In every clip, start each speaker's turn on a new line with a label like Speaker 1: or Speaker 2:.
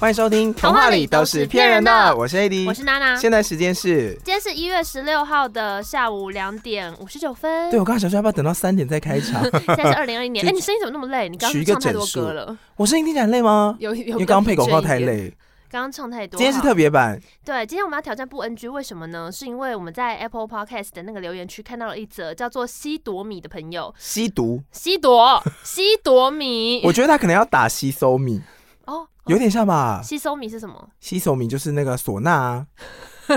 Speaker 1: 欢迎收听《童话里都是骗人的》，我是 AD，
Speaker 2: 我是啊娜娜。
Speaker 1: 现在时间是，
Speaker 2: 今天是一月十六号的下午两点五十九分。
Speaker 1: 对我刚刚想说要不要等到三点再开 场？
Speaker 2: 现在是二零二一年，哎，你声音怎么那么累？你刚
Speaker 1: 取
Speaker 2: 刚
Speaker 1: 一个
Speaker 2: 唱太多
Speaker 1: 整数
Speaker 2: 歌了，
Speaker 1: 我声音听起来很累吗？
Speaker 2: 有有，
Speaker 1: 因为刚刚配广告太，累。
Speaker 2: 刚刚唱太多。
Speaker 1: 今天是特别版，
Speaker 2: 对，今天我们要挑战不 NG，为什么呢？是因为我们在 Apple Podcast 的那个留言区看到了一则叫做“西朵米”的朋友，
Speaker 1: 吸毒，
Speaker 2: 西朵西朵米，
Speaker 1: 我觉得他可能要打吸收米，
Speaker 2: 哦，
Speaker 1: 有点像吧？
Speaker 2: 西索米是什么？
Speaker 1: 吸收米就是那个唢呐 啊，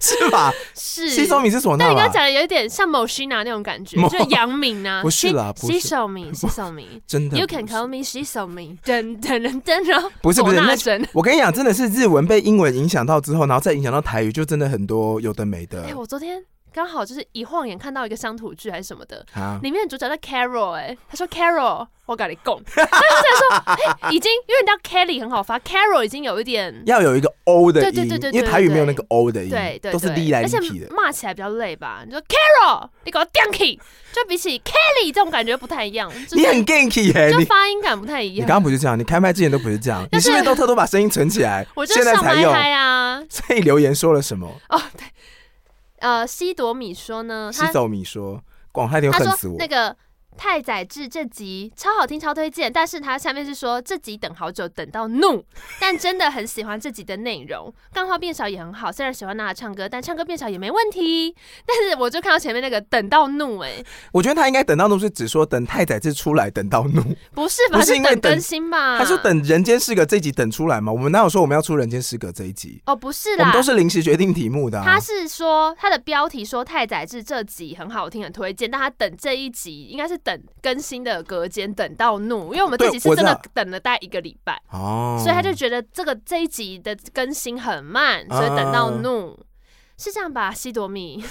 Speaker 1: 是吧？
Speaker 2: 是
Speaker 1: 吸收米是唢呐
Speaker 2: 但你刚刚
Speaker 1: 吧？
Speaker 2: 讲的有一点像某西娜那种感觉
Speaker 1: 某，
Speaker 2: 就是杨敏啊，
Speaker 1: 不是啦不是
Speaker 2: 西手敏，西手敏
Speaker 1: 真的
Speaker 2: ，You
Speaker 1: 不
Speaker 2: can
Speaker 1: 是
Speaker 2: call me 西手 敏，噔噔噔噔，然后
Speaker 1: 不是不是
Speaker 2: 唢呐
Speaker 1: 那
Speaker 2: 声
Speaker 1: 我跟你讲，真的是日文被英文影响到之后，然后再影响到台语，就真的很多有的没的
Speaker 2: 哎，我昨天刚好就是一晃眼看到一个乡土剧还是什么的，
Speaker 1: 啊。
Speaker 2: 里面的主角叫 Carol，哎、他说 Carol，我跟你 讲，但是他说、哎，已经因为你知道 Kelly 很好发，Carol 已经有一点。
Speaker 1: 要有一个 O 的
Speaker 2: 对
Speaker 1: 音，
Speaker 2: 对对对对
Speaker 1: 因为台语没有那个 O 的音，
Speaker 2: 对对对，
Speaker 1: 都是 D 来
Speaker 2: 而
Speaker 1: D
Speaker 2: 且
Speaker 1: 去的。
Speaker 2: 骂起来比较累吧？你说 Carol，你给我 Danky，就比起 Kelly 这种感觉不太一样，就是
Speaker 1: 你很 ganky 耶、
Speaker 2: 就
Speaker 1: 你
Speaker 2: 发音感不太一
Speaker 1: 你
Speaker 2: 样
Speaker 1: 刚。刚不是这样？你开麦之前都不是这样，你是不是都偷偷把声音存起来？
Speaker 2: 我就
Speaker 1: 现在
Speaker 2: 上
Speaker 1: 才
Speaker 2: 麦
Speaker 1: 用。
Speaker 2: 嗨啊！
Speaker 1: 所以留言说了什么？
Speaker 2: 呃，西朵米说呢，
Speaker 1: 西
Speaker 2: 哦他
Speaker 1: 走米说广泰流
Speaker 2: 他
Speaker 1: 恨死
Speaker 2: 说
Speaker 1: 我。
Speaker 2: 那个太宰治这集超好听，超推荐，但是他下面是说这集等好久，等到怒，但真的很喜欢这集的内容。钢化变少也很好，虽然喜欢娜娜唱歌，但唱歌变少也没问题。但是我就看到前面那个等到怒、哎，
Speaker 1: 我觉得他应该等到怒是只说等太宰治出来，等到怒。
Speaker 2: 不是吧？
Speaker 1: 不是因为
Speaker 2: 等
Speaker 1: 等
Speaker 2: 更新吧？
Speaker 1: 他说等《人间失格》这一集等出来嘛？我们哪有说我们要出《人间失格》这一集？
Speaker 2: 哦，不是
Speaker 1: 我们
Speaker 2: 啦
Speaker 1: 都。是临时决定题目的、啊
Speaker 2: 他。是说他的标题说太宰治这集很好听，很推荐，但他等这一集应该是等更新的隔间等到怒，因为我们这
Speaker 1: 对
Speaker 2: 集是
Speaker 1: 我
Speaker 2: 真
Speaker 1: 知
Speaker 2: 的
Speaker 1: 道
Speaker 2: 等了大概一个礼拜。
Speaker 1: 哦，
Speaker 2: 所以他就觉得这个这一集的更新很慢，所
Speaker 1: 啊
Speaker 2: 以等到怒。是这样吧，西多米？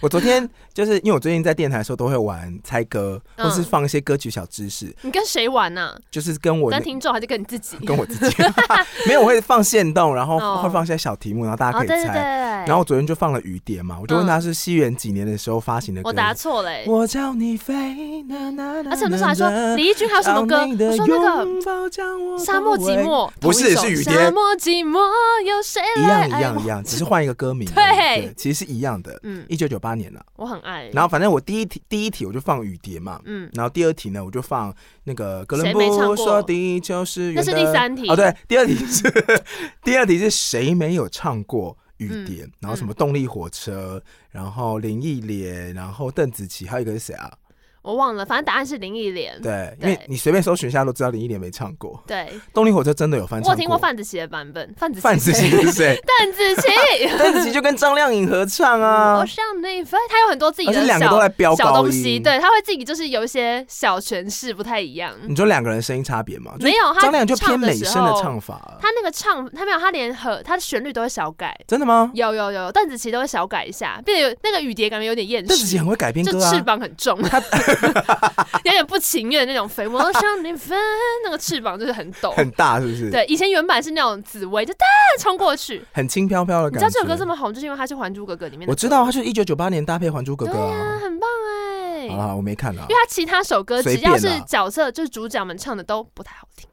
Speaker 1: 我昨天就是因为我最近在电台的时候都会玩猜歌，
Speaker 2: 嗯
Speaker 1: 或是放一些歌曲小知识，
Speaker 2: 你跟谁玩呢、
Speaker 1: 就是跟我
Speaker 2: 跟听众还是跟你自己？
Speaker 1: 跟我自己， 没有我会放线动，然后
Speaker 2: 哦
Speaker 1: 会放一些小题目，然后大家
Speaker 2: 哦，
Speaker 1: 可以
Speaker 2: 对对
Speaker 1: 猜。
Speaker 2: 对，
Speaker 1: 然后我昨天就放了雨蝶嘛，我就问他是西元几年的时候发行的歌。
Speaker 2: 我答错了、欸，
Speaker 1: 我叫你飞，呐呐呐
Speaker 2: 而且我那时候还说李翊君还有什么歌？
Speaker 1: 让你的
Speaker 2: 我说那个
Speaker 1: 拥抱将我包围
Speaker 2: 沙漠寂寞，
Speaker 1: 不是
Speaker 2: 同一首
Speaker 1: 是雨蝶
Speaker 2: 沙漠寂寞有谁
Speaker 1: 一
Speaker 2: 来
Speaker 1: 样一
Speaker 2: 爱
Speaker 1: 样
Speaker 2: 我
Speaker 1: 一？样，只是换一个歌名。
Speaker 2: 哎 对
Speaker 1: 其实是一样的。
Speaker 2: 嗯，
Speaker 1: 一九九八年了，
Speaker 2: 我很爱。
Speaker 1: 然后反正我第一题第一题我就放雨蝶嘛，
Speaker 2: 嗯，
Speaker 1: 然后第二题呢，我就放那个哥伦
Speaker 2: 谁没唱
Speaker 1: 布
Speaker 2: 过
Speaker 1: 说地球是圆的。
Speaker 2: 那是第三题
Speaker 1: 哦，对，第二题是 第二题是谁没有唱过雨蝶？
Speaker 2: 嗯
Speaker 1: 然后什么动力火车，然后林忆莲，然后邓紫棋，还有一个是谁啊？
Speaker 2: 我忘了，反正答案是林忆莲。
Speaker 1: 对，因
Speaker 2: 嗯对
Speaker 1: 为你随便搜寻一下都知道林忆莲没唱过。
Speaker 2: 对，
Speaker 1: 动力火车真的有翻唱
Speaker 2: 我有听过范子琪的版本，范子
Speaker 1: 范子 琪是谁？
Speaker 2: 邓紫棋。
Speaker 1: 邓紫棋就跟张靓颖合唱 啊
Speaker 2: 我。向你飞，他有很多自己
Speaker 1: 而且
Speaker 2: 的
Speaker 1: 两个
Speaker 2: 小
Speaker 1: 都在飙
Speaker 2: 小
Speaker 1: 高
Speaker 2: 东
Speaker 1: 音
Speaker 2: 西，对，他会自己就是有一些小诠释不太一样。
Speaker 1: 你说两个人声音差别吗？就
Speaker 2: 没有，他
Speaker 1: 张靓颖就偏
Speaker 2: 唱
Speaker 1: 美
Speaker 2: 时
Speaker 1: 声的
Speaker 2: 候
Speaker 1: 唱法。啊
Speaker 2: 他那个唱，他没有，他连和他的旋律都会小改，
Speaker 1: 真的吗？
Speaker 2: 有有有，邓紫棋都会小改一下，并且有那个雨蝶感觉有点厌
Speaker 1: 邓紫棋
Speaker 2: 世。
Speaker 1: 很会改编
Speaker 2: 就
Speaker 1: 歌啊
Speaker 2: 翅。膀很重， 有点不情愿的那 种飞。我向你飞，那个翅膀就是很抖。
Speaker 1: 很大是不是？
Speaker 2: 对，以前原版是那种紫薇，就哒冲过去。
Speaker 1: 很轻飘飘的
Speaker 2: 你
Speaker 1: 感
Speaker 2: 知
Speaker 1: 觉。
Speaker 2: 道这首歌这么红，就是因为它是《还珠格格》里面的。
Speaker 1: 我知道，它是一九九八年搭配《还珠格格》
Speaker 2: 啊，
Speaker 1: 啊。
Speaker 2: 很棒哎、
Speaker 1: 好啦，我没看啊
Speaker 2: 因为，他其他首歌
Speaker 1: 随
Speaker 2: 只
Speaker 1: 便啦
Speaker 2: 要是角色就是主角们唱的都不太好听。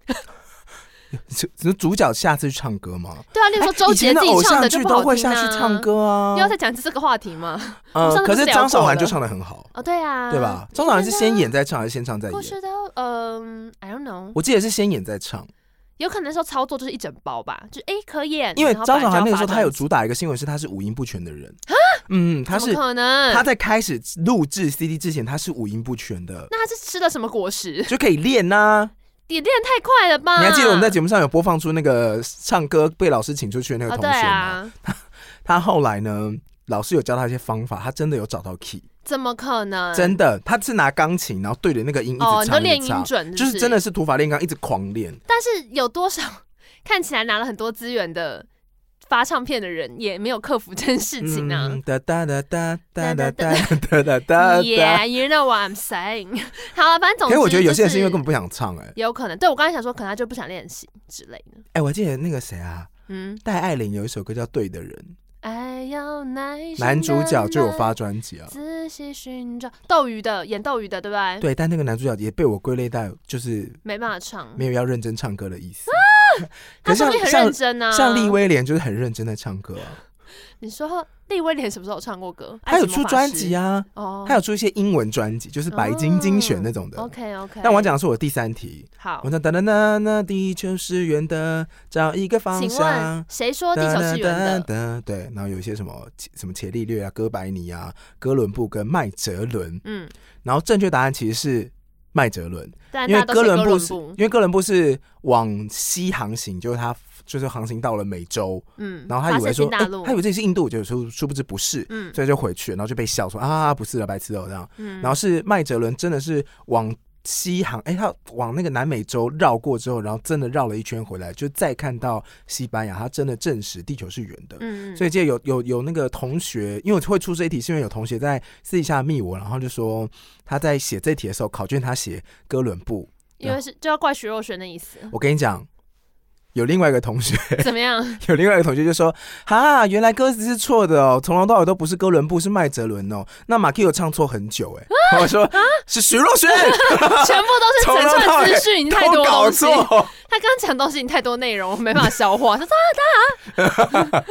Speaker 1: 只只是主角下次去唱歌嘛。
Speaker 2: 对啊，例如说周
Speaker 1: 哎以
Speaker 2: 杰
Speaker 1: 前的
Speaker 2: 自己
Speaker 1: 偶
Speaker 2: 唱
Speaker 1: 像
Speaker 2: 的就
Speaker 1: 剧
Speaker 2: 不好
Speaker 1: 都
Speaker 2: 听、啊、
Speaker 1: 会下去唱。歌啊
Speaker 2: 又。要再讲一次这个话题 吗？我
Speaker 1: 嗯
Speaker 2: 们上，次
Speaker 1: 可是
Speaker 2: 不是聊
Speaker 1: 张韶
Speaker 2: 过
Speaker 1: 涵就
Speaker 2: 了
Speaker 1: 唱的很好，
Speaker 2: 哦，对啊，
Speaker 1: 对吧？张韶涵是先演再唱，还是先唱再
Speaker 2: 过
Speaker 1: 演？
Speaker 2: 去的，嗯、i don't know，
Speaker 1: 我记得是先演再唱，
Speaker 2: 哎有可能说操作就是一整包吧，就哎、可以演，
Speaker 1: 因为
Speaker 2: 然后
Speaker 1: 张韶涵那个时候
Speaker 2: 本来就要发
Speaker 1: 她有
Speaker 2: 专辑
Speaker 1: 主打一个新闻是她是五音不全的人。嗯，她
Speaker 2: 啊怎
Speaker 1: 是
Speaker 2: 么可能？
Speaker 1: 她在开始录制 CD 之前她是五音不全的，
Speaker 2: 那他是吃了什么果实？
Speaker 1: 就可以练啊呐。
Speaker 2: 你练太快了吧？
Speaker 1: 你还记得我们在节
Speaker 2: 目
Speaker 1: 目上有播放出那个唱歌被老师请出去的那个
Speaker 2: 哦，对
Speaker 1: 同学吗？
Speaker 2: 啊，
Speaker 1: 他后来呢，老师有教他一些方法，他真的有找到 key，、
Speaker 2: 怎么可能？
Speaker 1: 真的，他是拿钢琴，然后对着那个音一直唱，
Speaker 2: 嗯哦，你就练
Speaker 1: 一
Speaker 2: 音
Speaker 1: 直唱
Speaker 2: 准是不
Speaker 1: 就是真的是土法炼钢，一直狂练。
Speaker 2: 但是有多少看起来拿了很多资源的发唱片的人，也没有克服这件事情啊。
Speaker 1: 嗯哒哒哒哒哒哒
Speaker 2: 哒
Speaker 1: 哒
Speaker 2: 哒
Speaker 1: 哒哒 哒
Speaker 2: yeah,
Speaker 1: 哒。
Speaker 2: you know what I'm saying 。 好了，反正
Speaker 1: 啊可
Speaker 2: 总之、就是是，
Speaker 1: 我觉得有些人是因为根本不想唱、哎，
Speaker 2: 有可能。对我刚才想说，可能他就不想练习之类的。
Speaker 1: 哎，我还记得那个谁啊，
Speaker 2: 嗯，
Speaker 1: 戴爱玲有一首歌叫《对的人
Speaker 2: 爱要耐心》，
Speaker 1: 男主角就有
Speaker 2: 地慢
Speaker 1: 发专辑啊
Speaker 2: 慢。仔细寻找斗鱼的演斗鱼的，对不对？
Speaker 1: 对，但那个男主角也被我归类到就是
Speaker 2: 没办法唱，
Speaker 1: 没有要认真唱歌的意思， 可
Speaker 2: 嗯啊他
Speaker 1: 是
Speaker 2: 说
Speaker 1: 像
Speaker 2: 明很
Speaker 1: 像
Speaker 2: 认真啊。
Speaker 1: 像立，威廉就是很认真在唱歌啊，
Speaker 2: 你说立威廉什么时候有唱过歌？
Speaker 1: 他有出专辑
Speaker 2: 啊，
Speaker 1: 啊，
Speaker 2: 哦，
Speaker 1: 他有出一些英文专辑，就是白金精选那种的。
Speaker 2: OK OK。
Speaker 1: 但我讲的是我第三题，
Speaker 2: 好
Speaker 1: 我，说哒哒哒哒，地球是圆的，找一个方
Speaker 2: 请
Speaker 1: 向
Speaker 2: 问。谁说地球是圆的？
Speaker 1: 的，对，然后有一些什么什么伽利略啊、哥白尼啊、哥伦布跟麦哲伦，
Speaker 2: 嗯，
Speaker 1: 然后正确答案其实是麦哲伦，
Speaker 2: 但
Speaker 1: 因
Speaker 2: 大
Speaker 1: 为
Speaker 2: 家都是
Speaker 1: 伦
Speaker 2: 哥
Speaker 1: 布
Speaker 2: 伦
Speaker 1: 是，
Speaker 2: 布
Speaker 1: 因，为哥伦布是往西航行，就是他就是航行到了美洲，
Speaker 2: 嗯，
Speaker 1: 然后他以为
Speaker 2: 发现
Speaker 1: 说，
Speaker 2: 新
Speaker 1: 哎
Speaker 2: 大陆，
Speaker 1: 他以为这里是印度，就殊殊不知不是，
Speaker 2: 嗯
Speaker 1: 所以就回去，然后就被笑说啊，不是了，白痴哦这样。
Speaker 2: 嗯，
Speaker 1: 然后是麦哲伦真的是往西航，哎，他往那个南美洲绕过之后，然后真的绕了一圈回来，就再看到西班牙，他真的证实地球是圆的。
Speaker 2: 嗯，嗯
Speaker 1: 所以记得有有有那个同学，因为我会出这一题，是因为有同学在私底下密我，然后就说他在写这题的时候，考卷他写哥伦布。
Speaker 2: 因为是就要怪徐若瑄的意 思，
Speaker 1: 我跟你讲，有另外一个同学，
Speaker 2: 怎么样？
Speaker 1: 有另外一个同学就说：“哈，原来歌词是错的哦，从头到尾都不是哥伦布，是麦哲伦哦。那马 Q 有唱错很久哎、然后我说是徐若 瑄，
Speaker 2: 全部都是整串资讯，你太
Speaker 1: 都
Speaker 2: 多
Speaker 1: 搞
Speaker 2: 东西。
Speaker 1: 错。
Speaker 2: 他刚刚讲的东西，你太多内容，我没办法消 化。他说啊，大啊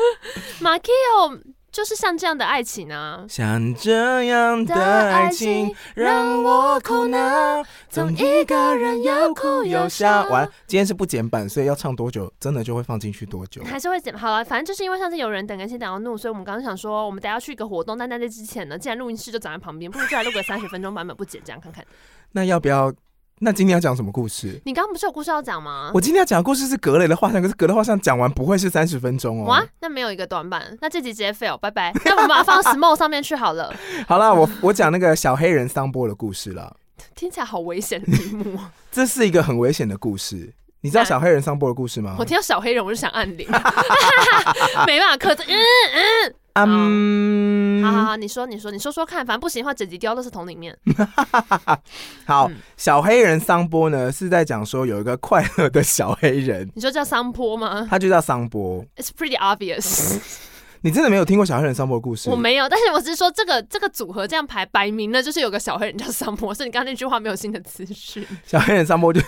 Speaker 2: ，Markio 就是像这样的爱情啊，
Speaker 1: 像这样的
Speaker 2: 的爱
Speaker 1: 爱情
Speaker 2: 情
Speaker 1: 让我苦恼，总一个人又哭又笑。
Speaker 2: 嗯
Speaker 1: 完了，今天是不减版，所以要唱多久，真的就会放进去多久。
Speaker 2: 还是会怎好了？反正就是因为上次有人等更新等到怒，所以我们刚刚想说，我们等下要去一个活动，但在这之前呢，既然录音室就长在旁边，不如就来录个三十分钟版本不剪，这样看看。
Speaker 1: 那要不要？那今天要讲什么故事？
Speaker 2: 你刚刚不是有故事要讲吗？
Speaker 1: 我今天要讲的故事是格雷的画像，可是格雷画像讲完不会是三十分钟哦
Speaker 2: 哇。，那没有一个短板，那这集直接 fail，拜拜。那我们把它放到 Small 上面去好 了，
Speaker 1: 好啦，我我讲那个小黑人桑波的故事了。
Speaker 2: 听起来好危险的题目哦。
Speaker 1: 这是一个很危险的故事。你知道
Speaker 2: 那
Speaker 1: 小黑人桑波的故事吗
Speaker 2: 我？听到小黑人，我就想按 铃，没办法克制。嗯，
Speaker 1: 嗯，
Speaker 2: 好好啊好，你说，你说，你说说看，反正不行的话，整集丢到垃圾桶里面。
Speaker 1: 嗯好
Speaker 2: 嗯
Speaker 1: 小黑人桑波呢是在讲说有一个快乐的小黑人，
Speaker 2: 你说叫桑坡吗
Speaker 1: 他就叫桑波。
Speaker 2: ？It's pretty
Speaker 1: 嗯
Speaker 2: obvious，
Speaker 1: 你真的没有听过小黑人桑波的故事？
Speaker 2: 我。没有，但是我只是说这个这个组合这样排，摆明了就是有个小黑人叫桑坡，所以你刚刚那句话没有新的资讯。
Speaker 1: 小黑人桑波就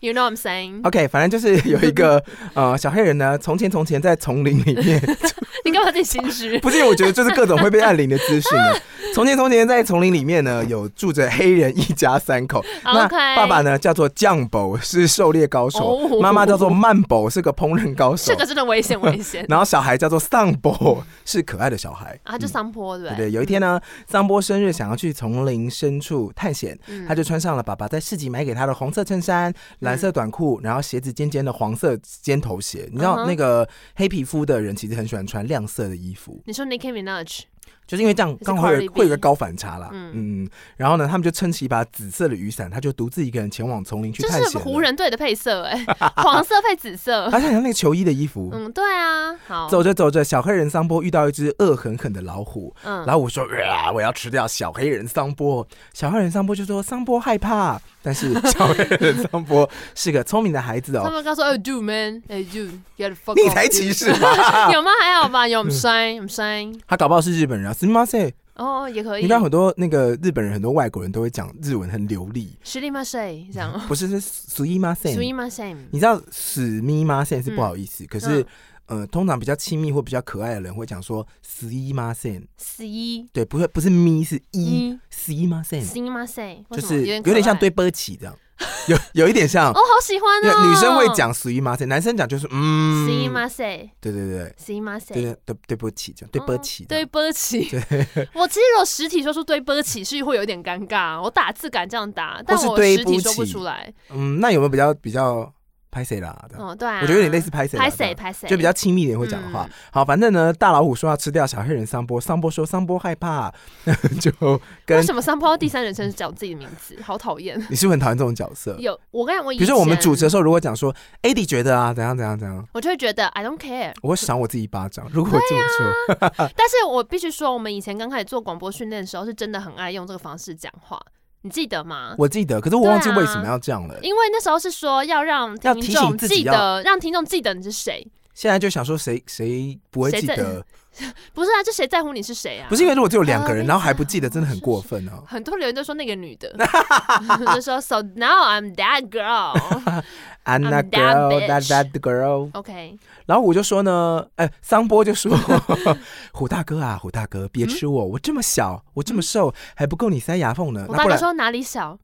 Speaker 2: You know what I'm saying？
Speaker 1: OK，反正就是有一 个呃小黑人呢，从前从前在丛林里面，
Speaker 2: 你干嘛自己心虚？
Speaker 1: 不是我觉得就是各种会被按铃的资讯呢。从前从前在丛林里面呢，有住着黑人一家三口， 那
Speaker 2: 啊 OK
Speaker 1: 爸爸呢叫做酱博， 是狩猎高手；
Speaker 2: 哦
Speaker 1: 妈妈叫做嗯曼博，是个烹饪高手
Speaker 2: 这。个真的危险危险
Speaker 1: 然后小孩叫做丧博， 是可爱的小孩。
Speaker 2: 啊！就
Speaker 1: 嗯
Speaker 2: 桑坡对
Speaker 1: 对
Speaker 2: 不
Speaker 1: 不
Speaker 2: 对？
Speaker 1: 对？有一天呢，桑波生日，想要去丛林深处探险，
Speaker 2: 嗯
Speaker 1: 他就穿上了爸爸在市集买给他的红色衬衫、蓝色短裤，然后鞋子尖尖的黄色尖头鞋。你知
Speaker 2: 嗯
Speaker 1: 道
Speaker 2: 哼
Speaker 1: 那个黑皮肤的人其实很喜欢穿亮色的衣服，
Speaker 2: 你说 Nicki Minaj，
Speaker 1: 就是因为这样
Speaker 2: 是
Speaker 1: 刚好会
Speaker 2: Cardi
Speaker 1: 有
Speaker 2: B
Speaker 1: 会有一个高反差啦。
Speaker 2: 嗯
Speaker 1: 嗯然后呢，他们就撑起一把紫色的雨伞，他就独自一个人前往丛林去
Speaker 2: 这
Speaker 1: 探
Speaker 2: 是
Speaker 1: 险了。
Speaker 2: 湖人队的配色哎， 黄色配紫色。
Speaker 1: 他像那个球衣的衣服。
Speaker 2: 嗯，对啊，好，
Speaker 1: 走着走着，小黑人桑波遇到一只恶狠狠的老虎，
Speaker 2: 嗯，
Speaker 1: 老虎说：“啊、我要吃掉小黑人桑波。”小黑人桑波就说：“桑波害怕。”但是小黑人桑波是个聪明的孩子
Speaker 2: 他
Speaker 1: 哦，
Speaker 2: 们刚说，哎，do man，哎，do get the fuck，off,
Speaker 1: 你才歧
Speaker 2: dude
Speaker 1: 视吧？
Speaker 2: 有吗？还好吧，有 I'm saying I'm saying，
Speaker 1: 他搞不好是日本人啊，是吗？塞，
Speaker 2: 哦，也可以
Speaker 1: 应。该很多嗯那个日本人，很多外国人都会讲日文很流利，
Speaker 2: 实力吗？谁 这样？
Speaker 1: 不是是死咪吗塞
Speaker 2: 所？以吗？谁？
Speaker 1: 你知道死咪吗塞是
Speaker 2: 嗯
Speaker 1: 不好意思，可是
Speaker 2: 嗯。
Speaker 1: 呃，通常比较亲密或比较可爱的人会讲说“死一吗塞
Speaker 2: 十一”，
Speaker 1: 对，不会不是咪是一
Speaker 2: 一
Speaker 1: “死一吗塞”，
Speaker 2: 十一吗？谁？为
Speaker 1: 就
Speaker 2: 什么
Speaker 1: 是
Speaker 2: 有
Speaker 1: 有点像
Speaker 2: 可爱
Speaker 1: 对波起这样，有有一点像
Speaker 2: 哦，，好喜欢
Speaker 1: 因
Speaker 2: 哦。
Speaker 1: 为女生会讲属于麻塞，男生讲就是嗯，
Speaker 2: 十一吗？谁？
Speaker 1: 对对对
Speaker 2: 十一吗？
Speaker 1: 对
Speaker 2: 谁？
Speaker 1: 对对对不起，这样对不起，
Speaker 2: 对不起。 我其实如果实体说出对不起是会有点尴尬，我打字敢这样打，但
Speaker 1: 或是
Speaker 2: 我
Speaker 1: 对
Speaker 2: 实体
Speaker 1: 不
Speaker 2: 说不
Speaker 1: 起
Speaker 2: 出来。
Speaker 1: 嗯，那有没有比较比较拍谁啦？这样
Speaker 2: 哦，对啊，
Speaker 1: 嗯我觉得有点类似拍谁啦，
Speaker 2: 拍
Speaker 1: 这
Speaker 2: 谁
Speaker 1: 样
Speaker 2: 拍谁，
Speaker 1: 就比较亲密一点会讲的话
Speaker 2: 嗯。
Speaker 1: 好，反正呢，大老虎说要吃掉小黑人桑波，桑波说桑波害怕， 就跟
Speaker 2: 为什么上坡第三人称讲自己的名字，好讨厌。
Speaker 1: 你是不是很讨厌这种角色？
Speaker 2: 有我跟你讲我以
Speaker 1: 比
Speaker 2: 前，
Speaker 1: 如说我们主持的时候，如果讲说 AD 觉得啊怎样怎样怎样，
Speaker 2: 我就会觉得 I don't care。
Speaker 1: 我会赏我自己一巴掌。如果我这么
Speaker 2: 啊
Speaker 1: 说，
Speaker 2: 但是我必须说，我们以前刚开始做广播训练的时候，是真的很爱用这个方式讲话，你记得吗？
Speaker 1: 我记得，可是我忘记
Speaker 2: 对啊
Speaker 1: 为什么要这样了。
Speaker 2: 因为那时候是说要让
Speaker 1: 要
Speaker 2: 听
Speaker 1: 提
Speaker 2: 众
Speaker 1: 醒自己
Speaker 2: 记得，让听众记得你是谁，
Speaker 1: 现在就想说谁谁不会
Speaker 2: 谁
Speaker 1: 记
Speaker 2: 在
Speaker 1: 得，
Speaker 2: 不是啊？就谁在乎你是谁啊？
Speaker 1: 不是因为如果只有两个
Speaker 2: 啊
Speaker 1: 人，
Speaker 2: 被
Speaker 1: 然后还不
Speaker 2: 讲
Speaker 1: 记得，真的很
Speaker 2: 是
Speaker 1: 过分哦。
Speaker 2: 很多留言都说那个女的，就说 So now I'm that girl，
Speaker 1: I'm
Speaker 2: I'm
Speaker 1: that
Speaker 2: that
Speaker 1: girl, that
Speaker 2: bitch
Speaker 1: that girl。
Speaker 2: OK，
Speaker 1: 然后我就说呢，哎，桑波就 说，虎大哥啊，虎大哥，别吃
Speaker 2: 嗯
Speaker 1: 我，我这么小，我这么瘦，还不够你塞牙缝呢。
Speaker 2: 虎
Speaker 1: 那
Speaker 2: 大
Speaker 1: 不
Speaker 2: 哥
Speaker 1: 然
Speaker 2: 嗯说哪里小？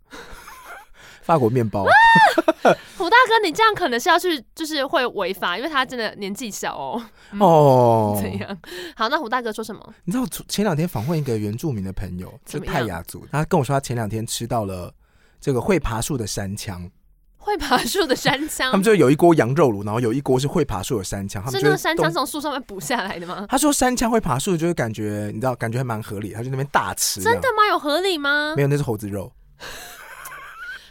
Speaker 1: 法国面包，
Speaker 2: 虎大哥，你这样可能是要去，就是会违法，因为他真的年纪小哦。
Speaker 1: 哦，
Speaker 2: 怎样？好，那虎大哥说什么？
Speaker 1: 你知道我前两天访问一个原住民的朋友，就
Speaker 2: 怎么
Speaker 1: 泰
Speaker 2: 样
Speaker 1: 雅族，他跟我说他前两天吃到了这个会爬树的山
Speaker 2: 嗯
Speaker 1: 枪，
Speaker 2: 会爬树的 山
Speaker 1: 他
Speaker 2: 枪
Speaker 1: 们，就有一锅羊肉炉，然后有一锅是会爬树的山枪，他们
Speaker 2: 是
Speaker 1: 就会
Speaker 2: 那个山
Speaker 1: 动
Speaker 2: 枪从树上面补下来的 吗？
Speaker 1: 他说山枪会爬树，就是感觉你知道，感觉还蛮合理，他就那边大吃，
Speaker 2: 真的吗？有合理吗
Speaker 1: 没？有，那是猴子肉，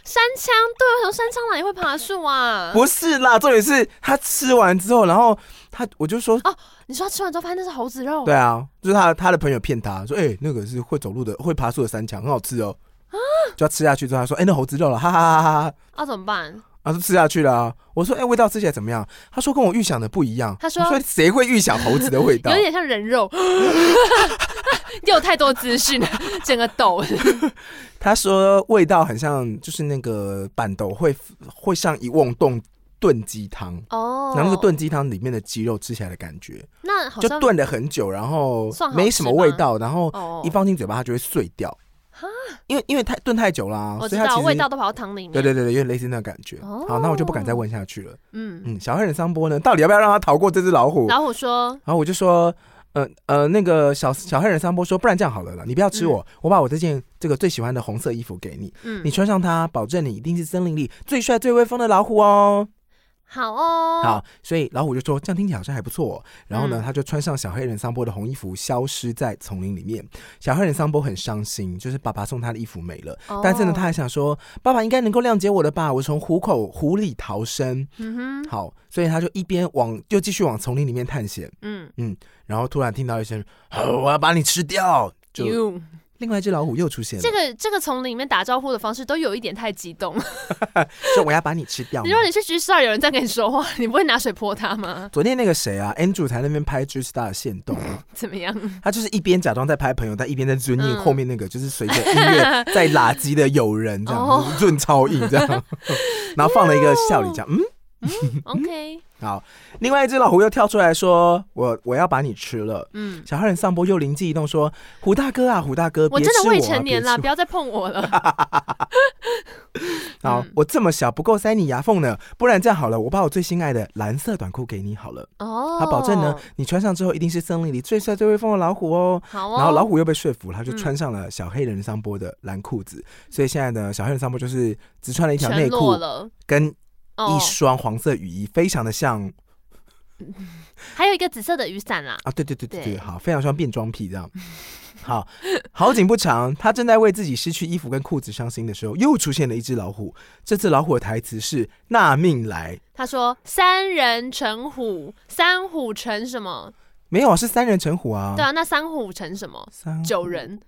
Speaker 2: 山枪，对，为什么山枪哪里会爬树啊？
Speaker 1: 不是啦，重点是他吃完之后，然后他我就说，
Speaker 2: 你说他吃完之后发现那是猴子肉，
Speaker 1: 对啊，就是他他的朋友骗他说，哎、那个是会走路的会爬树的山枪，很好吃哦，就他吃下去之后，他说，哎、那猴子肉了，哈哈哈哈哈哈。
Speaker 2: 啊，怎么办？
Speaker 1: 然后就吃下去了、啊，我说：“哎、味道吃起来怎么样？”他说：“跟我预想的不一样。”
Speaker 2: 他说
Speaker 1: 我说谁会预想猴子的味道
Speaker 2: 有？点像 人肉， 又有太多资讯了，整个 抖。
Speaker 1: 他说：“味道很像，就是那个板豆会会像一瓮炖炖鸡汤，
Speaker 2: 哦，
Speaker 1: 然后那个炖鸡汤里面的鸡肉吃起来的感觉，
Speaker 2: 那好
Speaker 1: 就
Speaker 2: 像
Speaker 1: 炖了很久，然后
Speaker 2: 算好吃
Speaker 1: 没什么味道，然后
Speaker 2: 哦
Speaker 1: 一，放进嘴巴它就会碎掉
Speaker 2: 哈。
Speaker 1: 因为因为太炖太久啦、
Speaker 2: 我
Speaker 1: 所
Speaker 2: 知
Speaker 1: 以它
Speaker 2: 道
Speaker 1: 其实
Speaker 2: 味道都跑到汤里面。
Speaker 1: 对对对对，有点类似那个感觉。
Speaker 2: 哦
Speaker 1: 好，那我就不敢再问下去了。
Speaker 2: 嗯，
Speaker 1: 嗯，小黑人桑波呢，到底要不要让他逃过这只老虎？”
Speaker 2: 老虎说
Speaker 1: 然后我就说，呃呃，那个小小黑人桑波说，不然这样好了啦，你不要吃我，我把我这件这个最喜欢的红色衣服给你，：“
Speaker 2: 嗯
Speaker 1: 你，穿上它，保证你一定是森林里最帅最威风的老虎哦。
Speaker 2: 好哦，
Speaker 1: 好，所以老虎就说，这样听起来好像还不错、哦。然后呢，
Speaker 2: 嗯
Speaker 1: 他就穿上小黑人桑波的红衣服，消失在丛林里面。小黑人桑波很伤心，就是爸爸送他的衣服没了，
Speaker 2: 哦
Speaker 1: 但是呢，他还想说，爸爸应该能够谅解我的吧，我从虎口虎里逃生。
Speaker 2: 嗯哼，
Speaker 1: 好，所以他就一边往就继续往丛林里面探险。
Speaker 2: 嗯
Speaker 1: 然后突然听到一声“哦我要把你吃掉”，就
Speaker 2: ，you
Speaker 1: 另外一只老虎又出现了，
Speaker 2: 哎这个这个从里面打招呼的方式都有一点太激动。
Speaker 1: 说“我要把你吃掉”
Speaker 2: 如。果你去局势有人在跟你说话，你不会拿水泼他吗？
Speaker 1: 昨天那个谁啊，Andrew 才在那边拍 G Star 的线动，
Speaker 2: 怎么 样？
Speaker 1: 他就是一边假装在拍朋友，但一边在尊
Speaker 2: 嗯
Speaker 1: 硬后面那个就是随着音乐在拉鸡的友人这
Speaker 2: 哦
Speaker 1: 样，润超硬这样，然后放了一个笑脸，这样嗯。
Speaker 2: OK，
Speaker 1: 好，另外一只老虎又跳出来说：“我我要把你吃了。”
Speaker 2: 嗯，
Speaker 1: 小黑人上波又灵机一动说：“虎大哥啊，虎大哥，
Speaker 2: 我
Speaker 1: 别
Speaker 2: 真
Speaker 1: 吃
Speaker 2: 的
Speaker 1: 我
Speaker 2: 未
Speaker 1: 啊
Speaker 2: 成
Speaker 1: 别
Speaker 2: 年
Speaker 1: 吃
Speaker 2: 啦，
Speaker 1: 我
Speaker 2: 不要再碰我了。
Speaker 1: 好，
Speaker 2: 嗯
Speaker 1: 我这么小不够塞你牙缝呢，不然这样好了，我把我最心爱的蓝色短裤给你好了。
Speaker 2: 哦，
Speaker 1: 他保证呢，你穿上之后一定是森林里最帅最威风的老虎哦。
Speaker 2: 好哦。
Speaker 1: 然后老虎又被说服，他就
Speaker 2: 嗯
Speaker 1: 穿上了小黑人桑波的蓝裤子，所以现在呢，小黑人桑波就是只穿了一条内
Speaker 2: 全裸
Speaker 1: 裤
Speaker 2: 了，
Speaker 1: 跟
Speaker 2: 哦
Speaker 1: 一，双黄色雨衣，非常的像
Speaker 2: 还有一个紫色的雨伞啦。
Speaker 1: 啊，对对对对对，
Speaker 2: 对
Speaker 1: 好，非常像变装癖这样。好，好景不长，他正在为自己失去衣服跟裤子伤心的时候，又出现了一只老虎。这次老虎的台词是“纳命来”，
Speaker 2: 他说：“三人成虎，三虎成什么？
Speaker 1: 没有啊，是三人成虎啊。
Speaker 2: 对啊，那三虎成什么？
Speaker 1: 三
Speaker 2: 九人。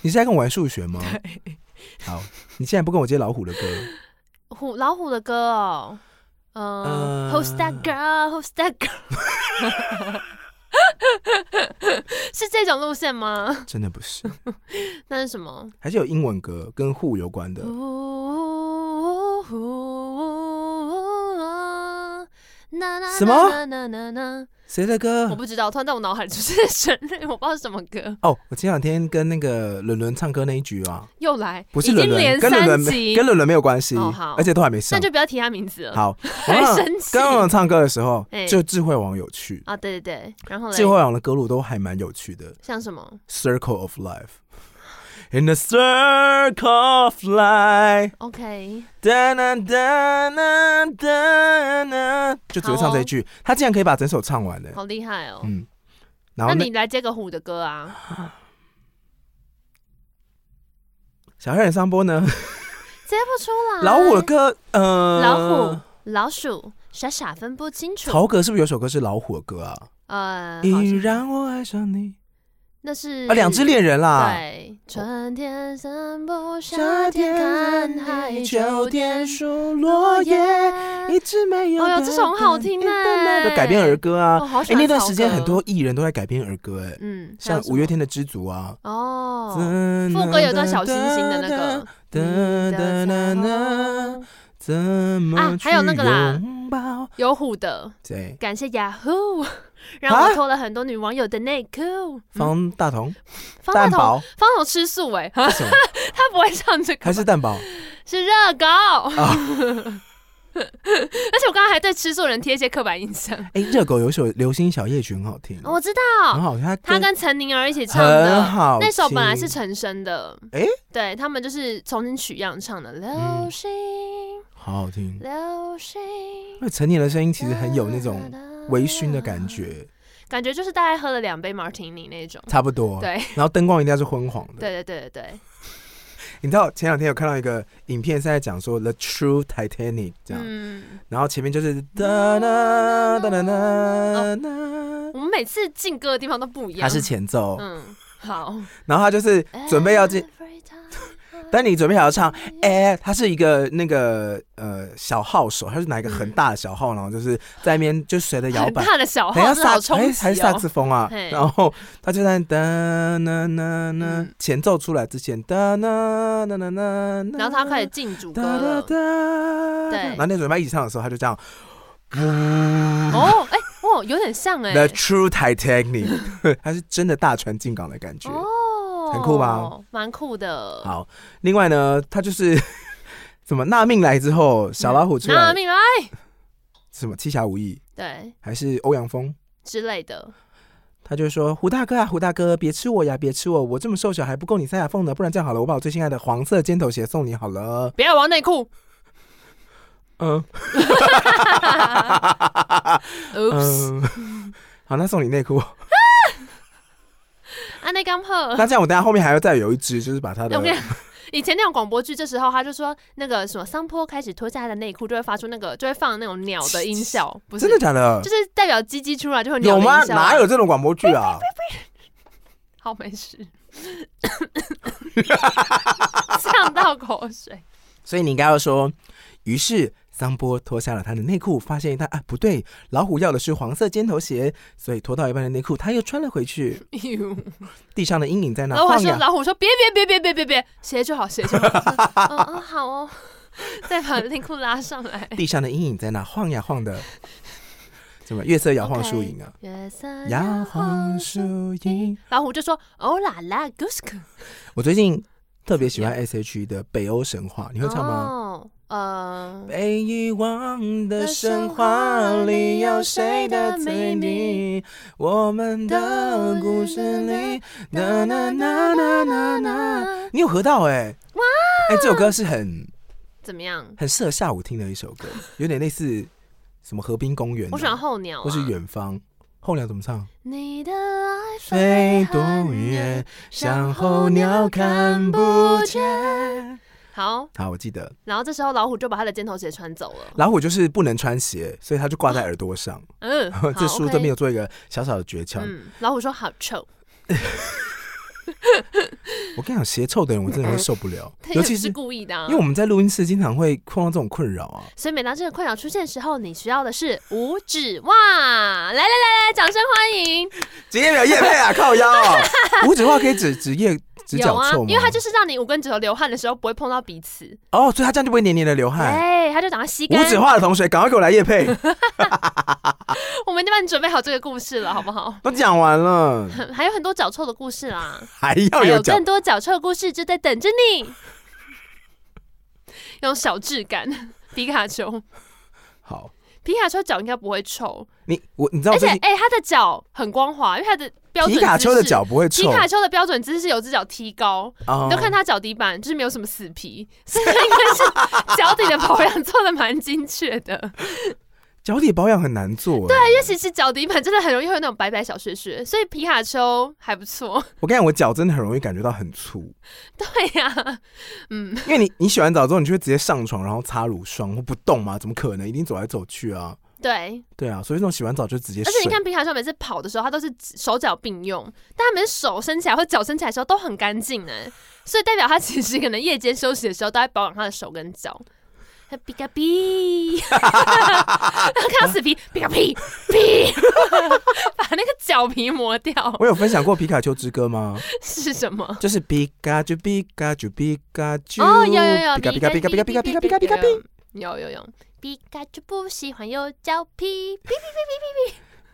Speaker 1: 你是在跟我玩数学吗？好，你现在不跟我接老虎的歌，
Speaker 2: 虎老虎的歌哦，
Speaker 1: 呃
Speaker 2: 嗯、w h o s that girl？Who's that girl？是这种路线吗？
Speaker 1: 真的不是，
Speaker 2: 那是什么？
Speaker 1: 还是有英文歌跟虎有关的。
Speaker 2: 哦
Speaker 1: 什
Speaker 2: 啊什
Speaker 1: 么嗯
Speaker 2: 么？
Speaker 1: 谁的
Speaker 2: 我
Speaker 1: 歌？
Speaker 2: 不知道，突然在我脑海里出现 旋律，我不知道是什么歌，
Speaker 1: 哦，我前两天跟那个伦伦唱歌那一局啊，
Speaker 2: 又来，
Speaker 1: 不是
Speaker 2: 已
Speaker 1: 伦
Speaker 2: 经
Speaker 1: 伦，
Speaker 2: 连
Speaker 1: 跟伦
Speaker 2: 三
Speaker 1: 伦
Speaker 2: 集，
Speaker 1: 跟伦伦没有关系
Speaker 2: 哦好，
Speaker 1: 而且都还没上
Speaker 2: 那。就不要提他名字了。
Speaker 1: 好，
Speaker 2: 还
Speaker 1: 我
Speaker 2: 生气
Speaker 1: 跟伦伦唱歌的时候，
Speaker 2: 哎
Speaker 1: 就智慧网有趣，
Speaker 2: 啊，对对对，然后嘞
Speaker 1: 智，慧网的歌路都还蛮有趣的。
Speaker 2: 像什么
Speaker 1: Circle of Life。In the circle of life，嗯
Speaker 2: ？OK，
Speaker 1: 哒啦哒啦哒啦，就只会唱这一句。他竟然可以把整首唱完呢。
Speaker 2: 好厉害哦。
Speaker 1: 嗯，然
Speaker 2: 那
Speaker 1: 后那
Speaker 2: 你来接个虎的歌啊，
Speaker 1: 小黑人上波呢？
Speaker 2: 接不出来。
Speaker 1: 老虎的歌，呃，
Speaker 2: 老虎，老鼠，傻傻分不清楚。
Speaker 1: 曹格是不是有首歌是老虎的歌啊？
Speaker 2: 呃，好
Speaker 1: 已
Speaker 2: 像
Speaker 1: 让我爱上你
Speaker 2: 那是
Speaker 1: 啊，两只恋人啦。
Speaker 2: 对，春天散步，夏天看海，秋天数
Speaker 1: 数
Speaker 2: 落
Speaker 1: 落
Speaker 2: 叶。
Speaker 1: 叶，一直没有。
Speaker 2: 哎呦这首很好听欸
Speaker 1: 的改编儿歌啊
Speaker 2: 哦，。好喜
Speaker 1: 哎，
Speaker 2: 欢
Speaker 1: 那段
Speaker 2: 曹
Speaker 1: 时间
Speaker 2: 格
Speaker 1: 很多，艺人都在改编儿歌，哎，
Speaker 2: 嗯，还有
Speaker 1: 像
Speaker 2: 什
Speaker 1: 五月
Speaker 2: 么
Speaker 1: 天的《知足》啊，
Speaker 2: 哦，
Speaker 1: 副
Speaker 2: 副歌有一段小星星的那个。嗯
Speaker 1: 哒哒哒哒，怎么
Speaker 2: 啊还有那个啦
Speaker 1: 去拥抱，
Speaker 2: 有虎的，
Speaker 1: 对，
Speaker 2: 感谢 Yahoo 让我
Speaker 1: 啊
Speaker 2: 脱了很多女网友的内裤。嗯
Speaker 1: 方大同、
Speaker 2: 方大
Speaker 1: 蛋
Speaker 2: 同，
Speaker 1: 堡，
Speaker 2: 方大同吃素哎、
Speaker 1: 是什么？
Speaker 2: 他不会唱这个
Speaker 1: 还，是啊蛋堡？
Speaker 2: 是热狗。 而且我刚刚还对吃素人贴一些刻板印象。哦
Speaker 1: 哎，热狗有一首《流星小夜曲》很好听，
Speaker 2: 我知
Speaker 1: 很
Speaker 2: 道
Speaker 1: 好听，它
Speaker 2: 他
Speaker 1: 跟
Speaker 2: 跟陈宁儿一起唱
Speaker 1: 很
Speaker 2: 的。
Speaker 1: 好听，
Speaker 2: 那首本来是陈升的，
Speaker 1: 诶嗯
Speaker 2: 对他们就是重新取样唱的。流星，
Speaker 1: 好好听。
Speaker 2: 流星，
Speaker 1: 那成年的声音其实很有那种微醺的感，觉，
Speaker 2: 感觉就是大概喝了两杯马提尼那种。
Speaker 1: 差不多。
Speaker 2: 对，
Speaker 1: 然后灯光一定要是昏黄的。
Speaker 2: 对对对对对，
Speaker 1: 你知道前两天有看到一个影片是在讲说《The True Titanic》这样，
Speaker 2: 嗯，
Speaker 1: 然后前面就是哒啦哒啦啦
Speaker 2: 哦
Speaker 1: 啦，
Speaker 2: 我们每次进歌的地方都不一
Speaker 1: 它
Speaker 2: 样。
Speaker 1: 是前奏，
Speaker 2: 嗯，哎好，
Speaker 1: 然后它就是准备要进，。当你准备好要唱，哎、它是一个那个呃小号手，它是拿一个很大的小号，然后就是在那边就随着摇
Speaker 2: 很
Speaker 1: 摆，
Speaker 2: 大的小
Speaker 1: 等一下
Speaker 2: 号，真的好
Speaker 1: 萨哎
Speaker 2: 冲
Speaker 1: 还
Speaker 2: 击
Speaker 1: 是萨
Speaker 2: 哦。
Speaker 1: 克斯风啊
Speaker 2: 嘿，
Speaker 1: 然后他就在哒啦啦啦
Speaker 2: 嗯
Speaker 1: 前奏出来之前哒啦啦啦啦，
Speaker 2: 然后他开始进主歌
Speaker 1: 哒哒
Speaker 2: 了。
Speaker 1: 哒，
Speaker 2: 对
Speaker 1: 然后那准备一起唱的时候，他就这样。
Speaker 2: 哦，哎，哦，有点像哎。
Speaker 1: The True Titanic，它 是真的大船进港的感觉。
Speaker 2: 哦，
Speaker 1: 很酷吧？
Speaker 2: 蛮酷的。
Speaker 1: 好，另外呢，它就是 怎么纳命来之后，小老虎出
Speaker 2: 拿
Speaker 1: 来
Speaker 2: 命来，
Speaker 1: 什么七侠五义
Speaker 2: 对
Speaker 1: 还是欧阳锋，
Speaker 2: 之类的。
Speaker 1: 他就说：“胡大哥啊，胡大哥，别吃我呀，别吃我，我这么瘦小还不够你塞牙缝呢。不然这样好了，我把我最心爱的黄色尖头鞋送你好了。
Speaker 2: 不要玩 内裤。
Speaker 1: 嗯
Speaker 2: Oops，
Speaker 1: 嗯，好，那送你内裤。
Speaker 2: 安内刚破。
Speaker 1: 那这样我等下后面还要再有一只，就是把它的
Speaker 2: 我跟你讲以前那种广播剧，这时候他就说那个什么桑坡开始脱下他的内裤，就会发出那个就会放那种鸟的音 效，不是
Speaker 1: 真的假的
Speaker 2: 就？是代表鸡鸡出来就会鸟
Speaker 1: 有
Speaker 2: 的
Speaker 1: 吗？
Speaker 2: 音效啊。
Speaker 1: 哪有这种广播剧啊？
Speaker 2: 好没事， 呛到口水。
Speaker 1: 所以你应该要说，于是桑波脱下了他的内裤，发现他啊不对，老虎要的是黄色尖头鞋，所以脱到一半的内裤他又穿了回去，
Speaker 2: 哟
Speaker 1: 地上的阴影在那
Speaker 2: 然后我还
Speaker 1: 晃
Speaker 2: 说
Speaker 1: 呀。
Speaker 2: 老虎说别别别别别别别，鞋就好鞋就 好。我说嗯嗯好哦， 再把内裤拉上 来。
Speaker 1: 地上的阴影在那晃呀晃的，什么月色摇晃树影啊，
Speaker 2: 月色
Speaker 1: 摇晃树影。
Speaker 2: 老虎就说哦啦啦 goose g
Speaker 1: 我最近特别喜欢 S H E 的《北欧神话》，你会唱吗？
Speaker 2: 哦，呃，
Speaker 1: 被遗忘的神话里有谁的罪名？我们的故事里，呐呐呐呐呐呐。你有合到哎、哇！哎、这首歌是很
Speaker 2: 怎么样？
Speaker 1: 很适合下午听的一首歌，有点类似什么河滨公园、啊，
Speaker 2: 我喜欢候鸟、啊，
Speaker 1: 或是远方。候鸟怎么唱？
Speaker 2: 你的爱
Speaker 1: 飞
Speaker 2: 飞
Speaker 1: 多
Speaker 2: 很
Speaker 1: 远
Speaker 2: 远，，
Speaker 1: 像候鸟看不见。
Speaker 2: 好，
Speaker 1: 好，我记得
Speaker 2: 然后这时候老虎就把他的尖头鞋穿走了。
Speaker 1: 老虎就是不能穿鞋，所以它就挂在耳朵上。，
Speaker 2: 嗯
Speaker 1: 这书
Speaker 2: 都
Speaker 1: 这边有做一个小小的诀窍。
Speaker 2: 嗯，老虎说好臭，
Speaker 1: 我跟你讲，鞋臭的人我真的会受不 了，
Speaker 2: 他也
Speaker 1: 尤
Speaker 2: 不
Speaker 1: 其哎是
Speaker 2: 是故意的、啊，
Speaker 1: 因为我们在录音室经常会碰到这种困扰啊。
Speaker 2: 所以每当这个困扰出现的时候，你需要的是五指袜。来来来来，掌声欢迎！
Speaker 1: 职业没有夜配啊，靠腰 啊。五指袜可以指指业指
Speaker 2: 有
Speaker 1: 脚
Speaker 2: 啊
Speaker 1: 臭吗？，
Speaker 2: 因为它就是让你五根指头流汗的时候不会碰到彼此，
Speaker 1: 哦，所以它这样就不会黏黏的流 汗。
Speaker 2: 哎，它就打快吸
Speaker 1: 五
Speaker 2: 干。
Speaker 1: 指袜的同学，赶快给我来夜 配，
Speaker 2: 我们已经帮你准备好这个故事了，好不 好？
Speaker 1: 都讲完 了，
Speaker 2: 很还有很多脚臭的故事啦，
Speaker 1: 还要
Speaker 2: 还
Speaker 1: 哦有
Speaker 2: 有
Speaker 1: 讲
Speaker 2: 更多脚臭的故事就在等着你。用小质感，皮卡丘，
Speaker 1: 好。
Speaker 2: 皮卡丘脚应该不会臭，
Speaker 1: 你我你知道
Speaker 2: 而且
Speaker 1: 最近
Speaker 2: 哎、它的脚很光滑，因为它的标准
Speaker 1: 皮卡丘的
Speaker 2: 姿势
Speaker 1: 脚不会
Speaker 2: 皮
Speaker 1: 臭
Speaker 2: 卡丘的标准姿势是有只脚踢高，
Speaker 1: 哦
Speaker 2: 你就看它脚底板就是没有什么死皮， 所以它应该是脚底的保养做的蛮精确的。
Speaker 1: 脚底保养很难做。对，
Speaker 2: 但其实脚底板真的很容易会有那种白白小屑屑，所以皮卡丘还不错。
Speaker 1: 我跟你讲，我脚真的很容易感觉到很粗。
Speaker 2: 对呀、嗯，
Speaker 1: 因为你你洗完澡之后，你就会直接上床，然后擦乳霜，或不动吗？怎么可能？一定走来走去啊！
Speaker 2: 对。
Speaker 1: 对啊，所以那种洗完澡就直接
Speaker 2: 而
Speaker 1: 睡。
Speaker 2: 且你看皮卡丘每次跑的时候，它都是手脚并用，但它每次手伸起来或脚伸起来的时候都很干净呢，所以代表它其实可能夜间休息的时候都在保养它的手跟脚。它比嘎比， 看到死皮比嘎比比， 把那个脚皮磨掉
Speaker 1: 我有分享过皮卡丘之歌吗？
Speaker 2: 是什么？
Speaker 1: 就是皮卡丘，皮卡丘，皮卡丘。
Speaker 2: 哦，有有有，
Speaker 1: 皮卡皮卡皮卡皮卡皮卡皮卡皮卡皮卡皮。
Speaker 2: 有有有，皮卡丘不喜欢有脚皮，皮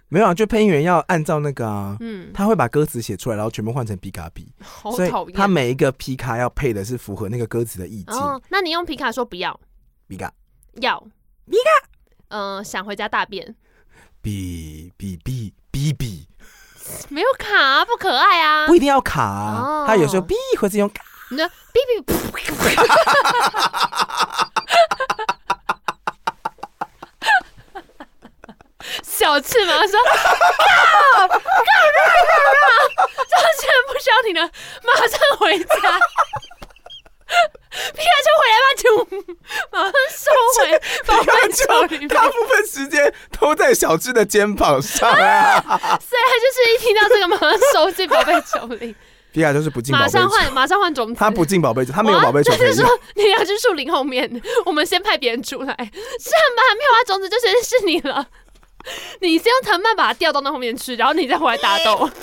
Speaker 1: 没有啊，就配音员要按照那个啊，
Speaker 2: 嗯，
Speaker 1: 他会把歌词写出来，然后全部换成皮卡比，
Speaker 2: 好
Speaker 1: 所以
Speaker 2: 讨厌。
Speaker 1: 他每一个皮卡要配的是符合那个歌词的意境。
Speaker 2: 哦，那你用皮卡说不要，
Speaker 1: 皮卡
Speaker 2: 要皮卡，嗯、想回家大便，
Speaker 1: 比比比比比，
Speaker 2: 没有卡、啊，不可爱啊
Speaker 1: 不。一定要卡、啊
Speaker 2: 哦，
Speaker 1: 他有时候比或是用 卡。
Speaker 2: 你说哔哔噗噗噗噗，小智马上说 go go go go，周杰伦不需要你了，马上回家。皮卡丘回来吧，就马上收回
Speaker 1: 皮
Speaker 2: 宝贝球
Speaker 1: 卡
Speaker 2: 里
Speaker 1: 丘
Speaker 2: 面。
Speaker 1: 大部分时间都在小智的肩膀 上啊！
Speaker 2: 所以他就是一听到这个，马上收进宝贝球里，
Speaker 1: 皮卡丘是不进宝
Speaker 2: 马
Speaker 1: 贝球
Speaker 2: 上，换，马上换种子。
Speaker 1: 他不进宝贝球，他没有宝贝球
Speaker 2: 我要
Speaker 1: 可
Speaker 2: 就是
Speaker 1: 以
Speaker 2: 说
Speaker 1: 用。
Speaker 2: 你要去树林后面， 我们先派别人出来，是很慢，没有啊，种子就觉得是 你了。你先用藤蔓把它吊到那后面去，然后你再回来打斗。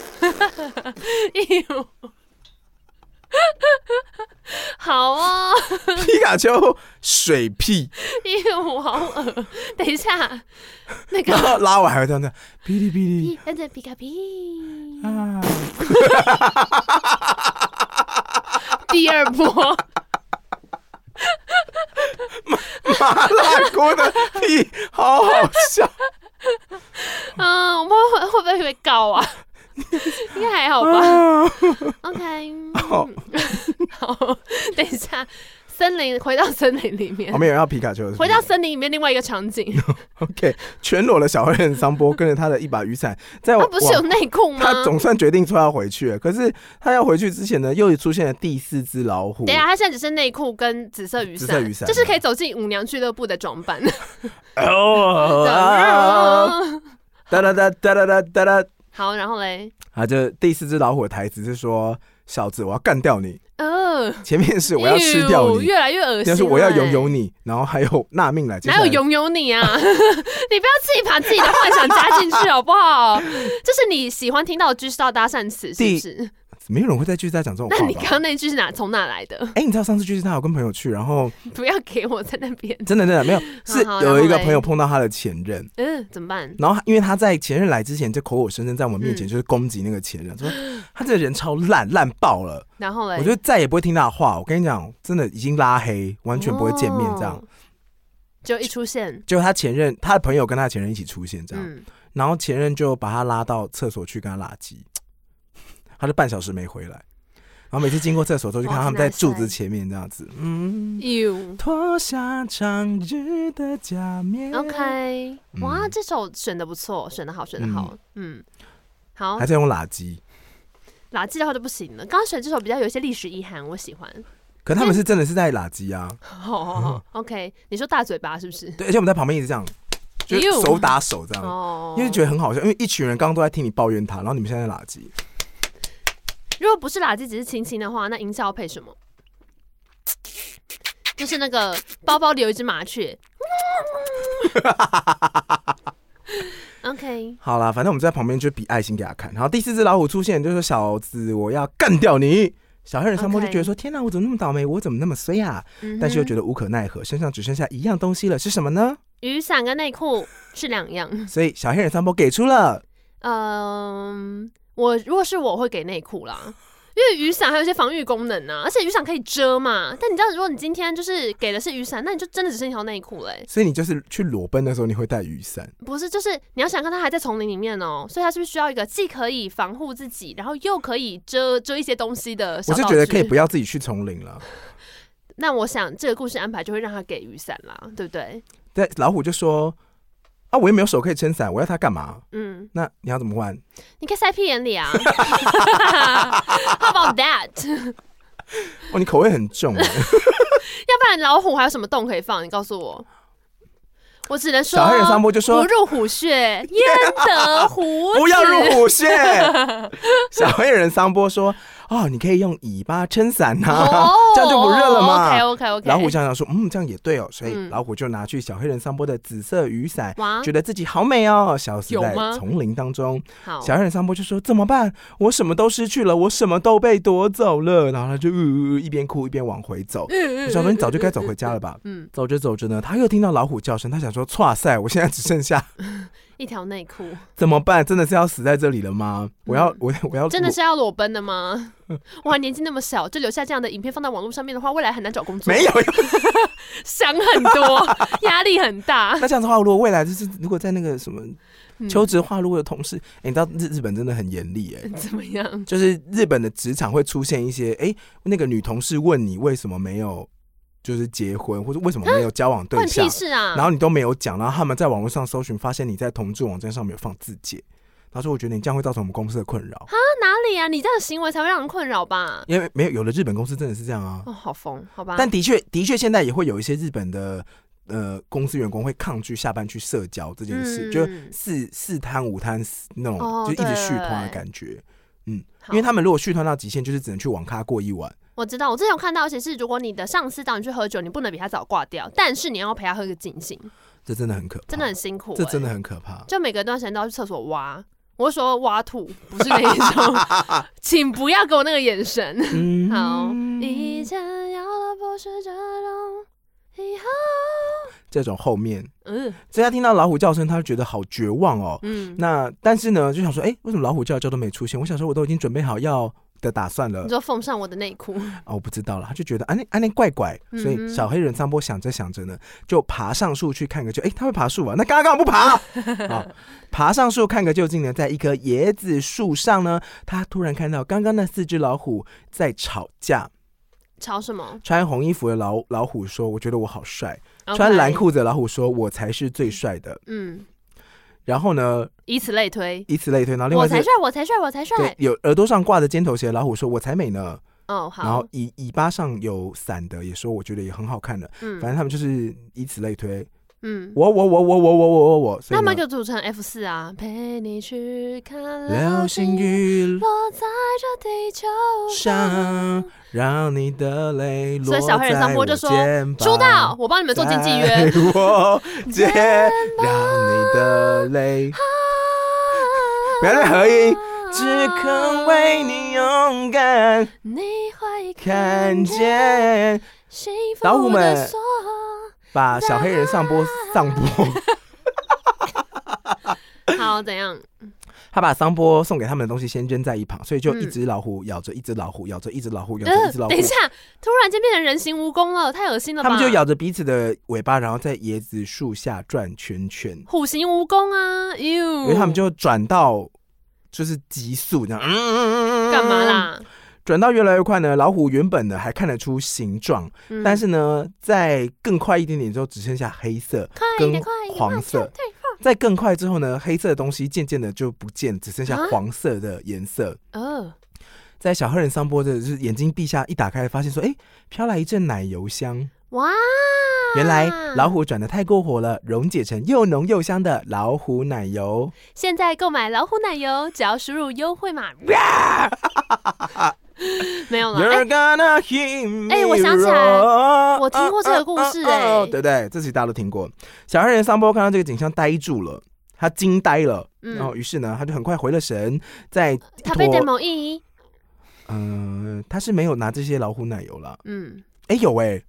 Speaker 2: 好哦，
Speaker 1: 皮卡丘水屁，
Speaker 2: 义务好恶。等一下，那
Speaker 1: 然
Speaker 2: 个
Speaker 1: 后 拉完还会这样这样，哔哩哔哩
Speaker 2: 皮，跟着皮卡皮，
Speaker 1: 啊！
Speaker 2: 第二波。
Speaker 1: 麻辣锅的屁，好好笑。
Speaker 2: 嗯，我们会会不会被告啊？ 应该还好 吧。
Speaker 1: 啊
Speaker 2: OK，
Speaker 1: 好，
Speaker 2: 好， 等一下，森林回到森林里面
Speaker 1: 我，哦们有人要皮卡丘的是不
Speaker 2: 回
Speaker 1: 是，
Speaker 2: 到森林里面另外一个场景，
Speaker 1: OK，全裸的小黑人桑波跟着他的一把雨伞，在
Speaker 2: 他
Speaker 1: 往
Speaker 2: 啊不是有内裤吗？
Speaker 1: 他
Speaker 2: 等
Speaker 1: 总算决定说要回去了，可是他要回去之前呢，又出现了第四只老虎。
Speaker 2: 一下，他现在只是内裤跟紫色雨
Speaker 1: 紫色
Speaker 2: 伞，
Speaker 1: 雨伞
Speaker 2: 这是可以走进舞娘俱乐部的装扮。
Speaker 1: 哦啊哒哒哒哒哒哒哒哒
Speaker 2: 好，然后嘞，
Speaker 1: 啊！这第四只老虎的台词是说：“小子，我要干掉你。
Speaker 2: 嗯、”
Speaker 1: 前面是我要吃掉
Speaker 2: 哎呦
Speaker 1: 你，
Speaker 2: 越来越恶心了。
Speaker 1: 要是我要拥有
Speaker 2: 你，
Speaker 1: 你，然后还有纳命来，接下
Speaker 2: 哪
Speaker 1: 来
Speaker 2: 有拥有你啊？ 你不要自己把自己的幻想加进去好不好？这是你喜欢听到的句式到搭讪词，是
Speaker 1: 第
Speaker 2: 不是？
Speaker 1: 没有人会在句子上讲这种
Speaker 2: 那
Speaker 1: 话
Speaker 2: 你刚
Speaker 1: 吧？
Speaker 2: 刚那句是哪从哪来的？
Speaker 1: 哎、你知道上次句子他有跟朋友去，然后
Speaker 2: 不要给我在那边。
Speaker 1: 真的真的没有，是
Speaker 2: 好
Speaker 1: 有一
Speaker 2: 然
Speaker 1: 个
Speaker 2: 后嘞
Speaker 1: 朋友碰到他的前任，
Speaker 2: 嗯，怎么办？
Speaker 1: 然后他因为他在前任来之前就口口声声在我们面前
Speaker 2: 嗯
Speaker 1: 就是攻击那个前任，说他这个人超烂，烂爆了，
Speaker 2: 然后嘞，
Speaker 1: 我就再也不会听他的话。我跟你讲，真的已经拉黑，完全不会见面这样
Speaker 2: 哦。就一出现，
Speaker 1: 结果他前任，他的朋友跟他前任一起出现这样，
Speaker 2: 嗯，
Speaker 1: 然后前任就把他拉到厕所去跟他拉鸡，他就半小时没回来。然后每次经过厕所都去看
Speaker 2: 哇
Speaker 1: 他们在
Speaker 2: 真的
Speaker 1: 柱子
Speaker 2: 很
Speaker 1: 前面这样子，嗯，
Speaker 2: You
Speaker 1: 脱下长日的假面
Speaker 2: OK，
Speaker 1: 嗯
Speaker 2: 哇，这首选的不错，选的好，选的好，嗯，好
Speaker 1: 还，在用垃圾，
Speaker 2: 垃圾的话就不行了。刚刚选这首比较有一些历史遗涵，我喜 欢。
Speaker 1: 可他们是真的是在垃圾啊，
Speaker 2: 好好好 OK，你说大嘴巴是不是？
Speaker 1: 对，而且我们在旁边一直这样，就
Speaker 2: Ew
Speaker 1: 手打手这样，
Speaker 2: 哎哦，
Speaker 1: 嗯因为觉
Speaker 2: 得
Speaker 1: 得很好笑，因为一群人刚刚都在听你抱怨他，然后你们现在在垃圾，
Speaker 2: 如果不是垃圾，只是亲亲的话，那音效要配什么？就是那个包包里有一只麻 雀。OK，嗯
Speaker 1: 好啦，反正我们在旁边就比爱心给他看。然后第四只老虎出现，就说：“小子，我要干掉你！”小黑人三波就
Speaker 2: OK
Speaker 1: 觉得说：“天哪、我怎么那么倒霉？我怎么那么衰啊？”
Speaker 2: 嗯哼
Speaker 1: 但是又觉得无可奈何，身上只剩下一样东西了，是什么呢？
Speaker 2: 雨伞跟内裤是两样。
Speaker 1: 所以小黑人三波给出了
Speaker 2: 嗯，我如果是我会给内裤啦，因为雨伞还有一些防御功能啊，而且雨伞可以遮嘛。但你知道，如果你今天就是给的是雨伞，那你就真的只剩一条内裤嘞。
Speaker 1: 所以你就是去裸奔的时候，你会带雨伞。
Speaker 2: 不是，就是你要想看它还在丛林里面哦、所以它是不是需要一个既可以防护自己，然后又可以遮遮一些东西的小
Speaker 1: 我是
Speaker 2: 道
Speaker 1: 觉
Speaker 2: 具？
Speaker 1: 得可以不要自己去丛林了。
Speaker 2: 那我想这个故事安排就会让他给雨伞啦，对不对？
Speaker 1: 但老虎就说：“啊，我又没有手可以撑伞，我要它干嘛？
Speaker 2: 嗯，
Speaker 1: 那你要怎么换？
Speaker 2: 你可以塞屁眼里啊。How about that？
Speaker 1: 哦，你口味很重啊。
Speaker 2: 要不然老虎还有什么洞可以放？你告诉我。我只能说，
Speaker 1: 小黑人桑波就说
Speaker 2: 不入虎穴，焉得 虎子？
Speaker 1: 不要入虎穴。 小黑人桑波说：“哦，你可以用尾巴撑伞呐、
Speaker 2: 哦
Speaker 1: 这样就不热了嘛。
Speaker 2: OK OK OK。
Speaker 1: 老虎想想说：“嗯，这样也对哦。”所以
Speaker 2: 哦嗯
Speaker 1: 老虎就拿去小黑人桑波的紫色雨伞，
Speaker 2: 哇
Speaker 1: 觉得自己好美哦，消失
Speaker 2: 有
Speaker 1: 在
Speaker 2: 吗
Speaker 1: 丛林当中。
Speaker 2: 好，
Speaker 1: 小黑人桑波就说：“怎么办？我什么都失去了，我什么都被夺走了。”然后他就、呃、一边哭一边往回走。
Speaker 2: 嗯
Speaker 1: 我想说：“你早就该走回家了吧？”
Speaker 2: 嗯，
Speaker 1: 走着走着呢，他又听到老虎叫声，他想说：“哇塞，我现在只剩下
Speaker 2: 一条内裤
Speaker 1: 怎么办？真的是要死在这里了吗？我要，我我要
Speaker 2: 嗯真的是要裸奔的吗？ 哇，年纪那么小就留下这样的影片放到网络上面的话，未来很难找工作。
Speaker 1: 没 有。
Speaker 2: 想很 多，压力很大。
Speaker 1: 那这样子的话，如果未来就是如果在那个什么
Speaker 2: 嗯
Speaker 1: 求职化路的同事，哎、你知道日日本真的很严厉哎。
Speaker 2: 怎么样？
Speaker 1: 就是日本的职场会出现一些，哎、那个女同事问你为什么没有，就是结婚或者为什么没有交往对
Speaker 2: 关你
Speaker 1: 象
Speaker 2: 屁，事啊！
Speaker 1: 然后你都没有讲，然后他们在网络上搜寻，发现你在同志网站上面有放字节，他说我觉得你这样会造成我们公司的困扰，
Speaker 2: 那哪里啊？你这样的行为才会让人困扰吧？
Speaker 1: 因为没有有的日本公司真的是这样啊，
Speaker 2: 哦，好疯，好吧。
Speaker 1: 但的确的确现在也会有一些日本的呃公司员工会抗拒下班去社交这件事，
Speaker 2: 嗯
Speaker 1: 就四四摊五摊那种、
Speaker 2: 哦
Speaker 1: 就一直
Speaker 2: 对
Speaker 1: 续团的感觉。嗯，
Speaker 2: 好
Speaker 1: 因为他们如果续团到极限，就是只能去网咖过一晚。
Speaker 2: 我知道，我之前有看到，而且是如果你的上司找你去喝酒，你不能比他早挂掉，但是你要陪他喝个尽兴，
Speaker 1: 这真的很可怕，
Speaker 2: 真的很辛苦、
Speaker 1: 这真的
Speaker 2: 欸，
Speaker 1: 很可 怕。
Speaker 2: 就每隔段时间都要去厕所挖。我是说挖土，不是那一 种，请不要给我那个眼神。
Speaker 1: 嗯
Speaker 2: 好， 以前要的不是这种，以后，
Speaker 1: 这种后面，
Speaker 2: 嗯
Speaker 1: 所以他听到老虎叫声，他就觉得好绝望哦。
Speaker 2: 嗯，那
Speaker 1: 那但是呢，就想说，哎、为什么老虎叫叫都没出现？我想说，我都已经准备好要的打算了
Speaker 2: 你。就奉上我的内裤。
Speaker 1: 啊，我不知道了，他就觉得啊那啊那怪怪，所
Speaker 2: 嗯哼
Speaker 1: 以小黑人桑波想着想着呢，就爬上树去看个究，哎、他会爬树啊？那刚刚不爬 啊？爬上树看个究竟呢，在一棵椰子树上呢，他突然看到刚刚那四只老虎在吵架。
Speaker 2: 吵什么？
Speaker 1: 穿红衣服的老老虎说：“我觉得我好帅。”穿蓝
Speaker 2: OK，
Speaker 1: 裤子的老虎说：“我才是最帅的。
Speaker 2: 嗯，”
Speaker 1: 然后呢，
Speaker 2: 以此类推。
Speaker 1: 以此类推，然后啊另外
Speaker 2: 我
Speaker 1: 一
Speaker 2: 才
Speaker 1: 只
Speaker 2: 帅，我才帅，我才
Speaker 1: 对
Speaker 2: 帅。
Speaker 1: 有耳朵上挂着尖头鞋的老虎说：“我才美呢。”
Speaker 2: 哦，
Speaker 1: 然
Speaker 2: 好
Speaker 1: 后，尾尾巴上有伞的也说：“我觉得也很好看的。”反
Speaker 2: 嗯
Speaker 1: 正他们就是以此类推，
Speaker 2: 嗯，
Speaker 1: 我我我我我我我我我，所
Speaker 2: 那
Speaker 1: 以
Speaker 2: 么
Speaker 1: 呢
Speaker 2: 就组成 F 四啊，陪你去看
Speaker 1: 流星雨
Speaker 2: 落在这地球
Speaker 1: 上，让你的泪落
Speaker 2: 所以小黑人桑波就说出道，，我帮你们做经纪约。，
Speaker 1: 我肩让你的泪 不要再合音，只肯为你哦勇敢
Speaker 2: 你会
Speaker 1: 看
Speaker 2: 看见
Speaker 1: 见。
Speaker 2: 幸
Speaker 1: 老虎
Speaker 2: 福的
Speaker 1: 们
Speaker 2: 锁。
Speaker 1: 把小黑人上波上波，
Speaker 2: 好，怎样？
Speaker 1: 他把桑波送给他们的东西先扔在一旁，所以就一只老虎咬着一只老虎，咬着一只老虎，咬着一只老虎
Speaker 2: 呃，等一。下，突然间变成人形蜈蚣了，太恶心了吧？
Speaker 1: 他们就咬着彼此的尾巴，然后在椰子树下转圈圈，
Speaker 2: 虎形蜈蚣啊，
Speaker 1: 因
Speaker 2: 哟，
Speaker 1: 为他们就转到就是极速这样，嗯
Speaker 2: 干嘛？啦？
Speaker 1: 转到越来越快呢，老虎原本呢还看得出形状，
Speaker 2: 嗯
Speaker 1: 但是呢，在更快一点点之后，只剩下黑色，
Speaker 2: 快
Speaker 1: 跟
Speaker 2: 一点，快一点，
Speaker 1: 黄
Speaker 2: 往
Speaker 1: 色
Speaker 2: 前退
Speaker 1: 在更快之后呢，黑色的东西渐渐的就不见，只剩下
Speaker 2: 啊
Speaker 1: 黄色的颜色。
Speaker 2: 哦，
Speaker 1: 在小黑人桑波的就是眼睛闭下，一打开发现说，哎、飘来一阵奶油香。
Speaker 2: 哇！啊
Speaker 1: 原来老虎转的太过火了，溶解成又浓又香的老虎奶油。
Speaker 2: 现在购买老虎奶油，只要输入优 惠码，没有了。
Speaker 1: You're
Speaker 2: 哎
Speaker 1: gonna hear me
Speaker 2: 哎我想起来
Speaker 1: roar
Speaker 2: 我听过这个故事哎
Speaker 1: 哦哦哦对不对？这集大家都听过。小黑人桑波看到这个景象呆住了，他惊呆了，
Speaker 2: 嗯
Speaker 1: 然后于是呢，他就很快回了神，在
Speaker 2: 咖啡
Speaker 1: 脱
Speaker 2: demo 一，
Speaker 1: 嗯、他是没有拿这些老虎奶油了。
Speaker 2: 嗯，
Speaker 1: 哎、有哎、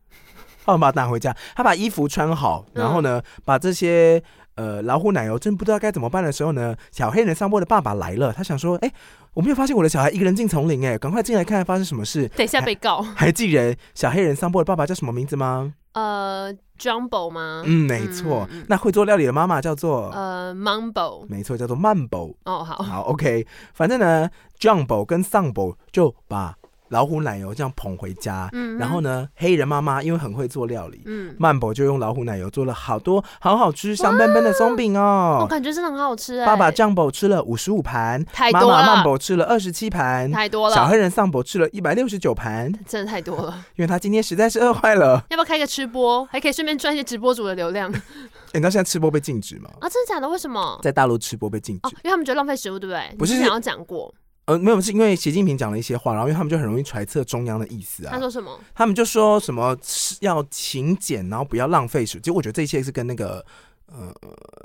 Speaker 1: 他把它拿回家，他把衣服穿好，然后呢，
Speaker 2: 嗯
Speaker 1: 把这些呃老虎奶油真不知道该怎么办的时候呢，小黑人桑波的爸爸来了，他想说，哎、我没有发现我的小孩一个人进丛林、哎，赶快进来看看发生什么事。
Speaker 2: 等一下被 告，
Speaker 1: 还记人小黑人桑波的爸爸叫什么名字吗？
Speaker 2: 呃，Jumbo 吗？
Speaker 1: 嗯，没错，
Speaker 2: 嗯嗯
Speaker 1: 那会做料理的妈妈叫做，
Speaker 2: 呃，Mumbo，
Speaker 1: 没错，叫做曼宝。
Speaker 2: 哦，好，
Speaker 1: 好，OK，反正呢，Jumbo 跟 Sumbo 就把老虎奶油这样捧回家。
Speaker 2: 嗯哼
Speaker 1: 然后呢，黑人妈妈因为很会做料理，
Speaker 2: 嗯，
Speaker 1: 曼博就用老虎奶油做了好多好好吃、香喷喷的松饼
Speaker 2: 我
Speaker 1: 哦。
Speaker 2: 感觉真的很好吃哎、
Speaker 1: 爸爸张博吃了五十五盘，
Speaker 2: 太
Speaker 1: 妈
Speaker 2: 多
Speaker 1: 妈曼
Speaker 2: 了，
Speaker 1: 博吃了二十七盘，
Speaker 2: 太多
Speaker 1: 小
Speaker 2: 了，
Speaker 1: 黑人桑博吃了一百六十九盘，
Speaker 2: 真的太多了。
Speaker 1: 因为他今天实在是饿坏 了。
Speaker 2: 要不要开个吃播，还可以顺便赚一些直播主的流 量
Speaker 1: 哎诶你知道现在吃播被禁止吗？
Speaker 2: 啊？真的假的？为什么？
Speaker 1: 在大陆吃播被禁
Speaker 2: 哦
Speaker 1: 止。，
Speaker 2: 因为他们觉得浪费食物，对不对？
Speaker 1: 不是
Speaker 2: 你之前有讲过，
Speaker 1: 呃，没有，是因为习近平讲了一些话，然后因为他们就很容易揣测中央的意思啊。
Speaker 2: 他说什么？
Speaker 1: 他们就说什么吃要勤俭，然后不要浪费食物。其实我觉得这一切是跟那个呃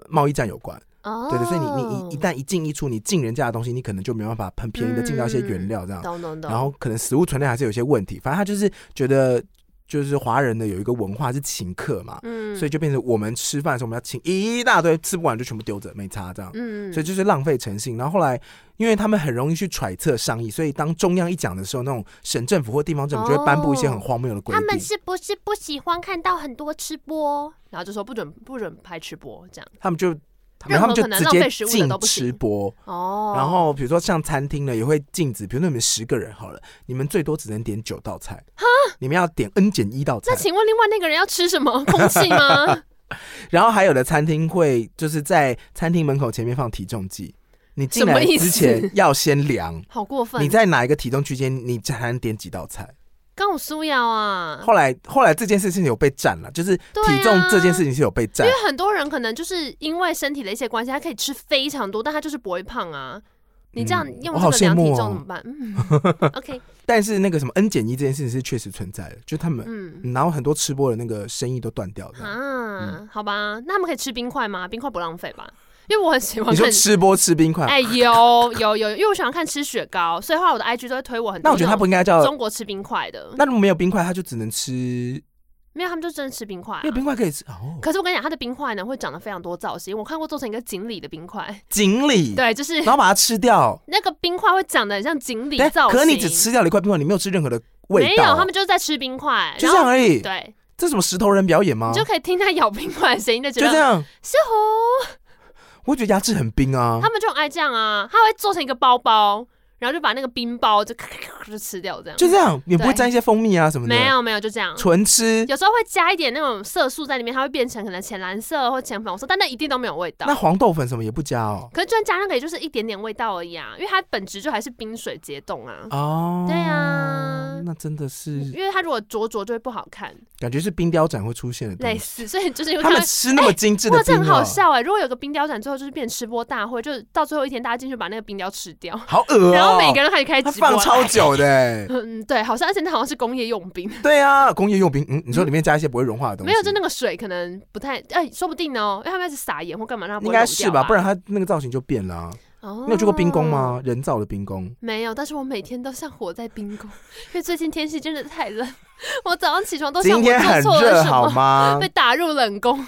Speaker 1: 贸易战有关，
Speaker 2: 哦，
Speaker 1: 对对。所以你你一一旦一进一出，你进人家的东西，你可能就没办法很便宜的进到一些原料这样，
Speaker 2: 嗯懂懂懂，
Speaker 1: 然后可能食物存量还是有些问题。反正他就是觉得就是华人的有一个文化是请客嘛，
Speaker 2: 嗯，
Speaker 1: 所以
Speaker 2: 以
Speaker 1: 就变成我们吃饭的时候我们要请一大堆，吃不完就全部丢着，没差这样。
Speaker 2: 嗯，
Speaker 1: 所以就是浪费诚信。然后后来，因为他们很容易去揣测上意，所以当中央一讲的时候，那种省政府或地方政府就会颁布一些很荒谬的规
Speaker 2: 哦他
Speaker 1: 定。
Speaker 2: 们是不是不喜欢看到很多吃播？然后就说不准不准拍吃播这样
Speaker 1: 他们就，然
Speaker 2: 任
Speaker 1: 后他
Speaker 2: 何
Speaker 1: 们就
Speaker 2: 可能
Speaker 1: 直
Speaker 2: 浪
Speaker 1: 接
Speaker 2: 费食物的
Speaker 1: 禁
Speaker 2: 都不
Speaker 1: 吃
Speaker 2: 行
Speaker 1: 播。
Speaker 2: 哦。
Speaker 1: 然后比如说像餐厅呢，也会禁止，比如说你们十个人好了，你们最多只能点九道菜，你们要点 n 减一道菜
Speaker 2: 那。请问另外那个人要吃什 么？空气吗？
Speaker 1: 然后还有的餐厅会就是在餐厅门口前面放体重计，你进
Speaker 2: 什么
Speaker 1: 来
Speaker 2: 意
Speaker 1: 之
Speaker 2: 思
Speaker 1: 前要先量。
Speaker 2: 好过 分！
Speaker 1: 你在哪一个体重区间，你才能点几道菜？
Speaker 2: 刚我苏瑶啊，
Speaker 1: 后来后来这件事情有被占了，就是
Speaker 2: 对
Speaker 1: 体重
Speaker 2: 啊
Speaker 1: 这件事情是有被占。
Speaker 2: 因为很多人可能就是因为身体的一些关系，他可以吃非常多，但他就是不会胖啊。你这样
Speaker 1: 嗯
Speaker 2: 用
Speaker 1: 我
Speaker 2: 这
Speaker 1: 好
Speaker 2: 个量
Speaker 1: 羡慕
Speaker 2: 体
Speaker 1: 哦
Speaker 2: 重怎么办？嗯 ，OK，
Speaker 1: 但是那个什么 N 减一这件事情是确实存在的，就他们、
Speaker 2: 嗯。
Speaker 1: 然后很多吃播的那个生意都断掉的。
Speaker 2: 啊，
Speaker 1: 嗯
Speaker 2: 好吧，那他们可以吃冰块吗？冰块不浪费吧？因为我很喜欢
Speaker 1: 你说
Speaker 2: 看，
Speaker 1: 吃播吃冰块，
Speaker 2: 哎、有有有，因为我喜欢看吃雪糕，所以后来我的 IG 都会推我很多。
Speaker 1: 那我觉得他不应该叫。
Speaker 2: 中国吃冰块的，
Speaker 1: 那如果没有冰块，他就只能吃，因
Speaker 2: 没有他们就真的吃冰块、啊
Speaker 1: 为。冰块可以吃哦。
Speaker 2: 可是我跟你讲，它的冰块呢会长得非常多造型，我看过做成一个锦鲤的冰块，
Speaker 1: 锦鲤，
Speaker 2: 对，就是
Speaker 1: 然后把它吃 掉。
Speaker 2: 那个冰块会长得很像锦鲤
Speaker 1: 对，
Speaker 2: 造型。
Speaker 1: 可你只吃掉了一块冰块，你没有吃任何的味
Speaker 2: 没
Speaker 1: 道。
Speaker 2: 有，他们就是在吃冰块，
Speaker 1: 就
Speaker 2: 然
Speaker 1: 这样
Speaker 2: 后
Speaker 1: 而已。
Speaker 2: 对，
Speaker 1: 这什么石头人表演吗
Speaker 2: 你？就可以听他咬冰块的声音，就觉
Speaker 1: 就这
Speaker 2: 得
Speaker 1: 样，
Speaker 2: 是哦，
Speaker 1: 我觉得牙齿很冰啊
Speaker 2: 他。们就很爱这样啊，他会做成一个包包，然后就把那个冰包就咔咔咔咔就吃掉，这样
Speaker 1: 就这样，也不会
Speaker 2: 对
Speaker 1: 沾一些蜂蜜啊什么的。
Speaker 2: 没，有没有就这样。
Speaker 1: 纯吃。
Speaker 2: 有时候会加一点那种色素在里面，它会变成可能浅蓝色或浅粉红色，但那一定都没有味道
Speaker 1: 那。黄豆粉什么也不加哦。
Speaker 2: 可是就算加那个，也就是一点点味道而已啊，因为它本质就还是冰水结冻啊。
Speaker 1: 哦，
Speaker 2: 对啊
Speaker 1: 那真的是
Speaker 2: 因为它如果灼灼就会不好看，
Speaker 1: 感觉是冰雕展会出现的东
Speaker 2: 类
Speaker 1: 西。
Speaker 2: 似，所以就是因为
Speaker 1: 嗯他们吃那么精致
Speaker 2: 哇，
Speaker 1: 的
Speaker 2: 这
Speaker 1: 冰、哦，
Speaker 2: 很好笑哎！如果有个冰雕展，最后就是变吃播大会，就是到最后一天大家进去把那个冰雕吃掉，
Speaker 1: 好恶哦、
Speaker 2: 然后每个人都开始开
Speaker 1: 他
Speaker 2: 直播
Speaker 1: 放
Speaker 2: 了。，
Speaker 1: 超久的、欸
Speaker 2: 嗯，对，好像而且那好像是工业用冰，
Speaker 1: 对啊，工业用冰，嗯，你说里面加一些不会融化的东西，
Speaker 2: 没有就那个水可能不太，哎，说不定哦，因为他们一直撒盐或干嘛让它不
Speaker 1: 应
Speaker 2: 会
Speaker 1: 该
Speaker 2: 溶
Speaker 1: 是
Speaker 2: 掉
Speaker 1: 吧，
Speaker 2: 吧？
Speaker 1: 不然它那个造型就变了、啊。
Speaker 2: 哦
Speaker 1: 你有去过冰宫？吗？人造的冰宫，
Speaker 2: 没有，但是我每天都像活在冰宫，因为最近天气真的太冷，我早上起床都
Speaker 1: 今
Speaker 2: 像我
Speaker 1: 天很
Speaker 2: 做错
Speaker 1: 热
Speaker 2: 了什
Speaker 1: 好
Speaker 2: 么，
Speaker 1: 吗
Speaker 2: 被？打入冷宫。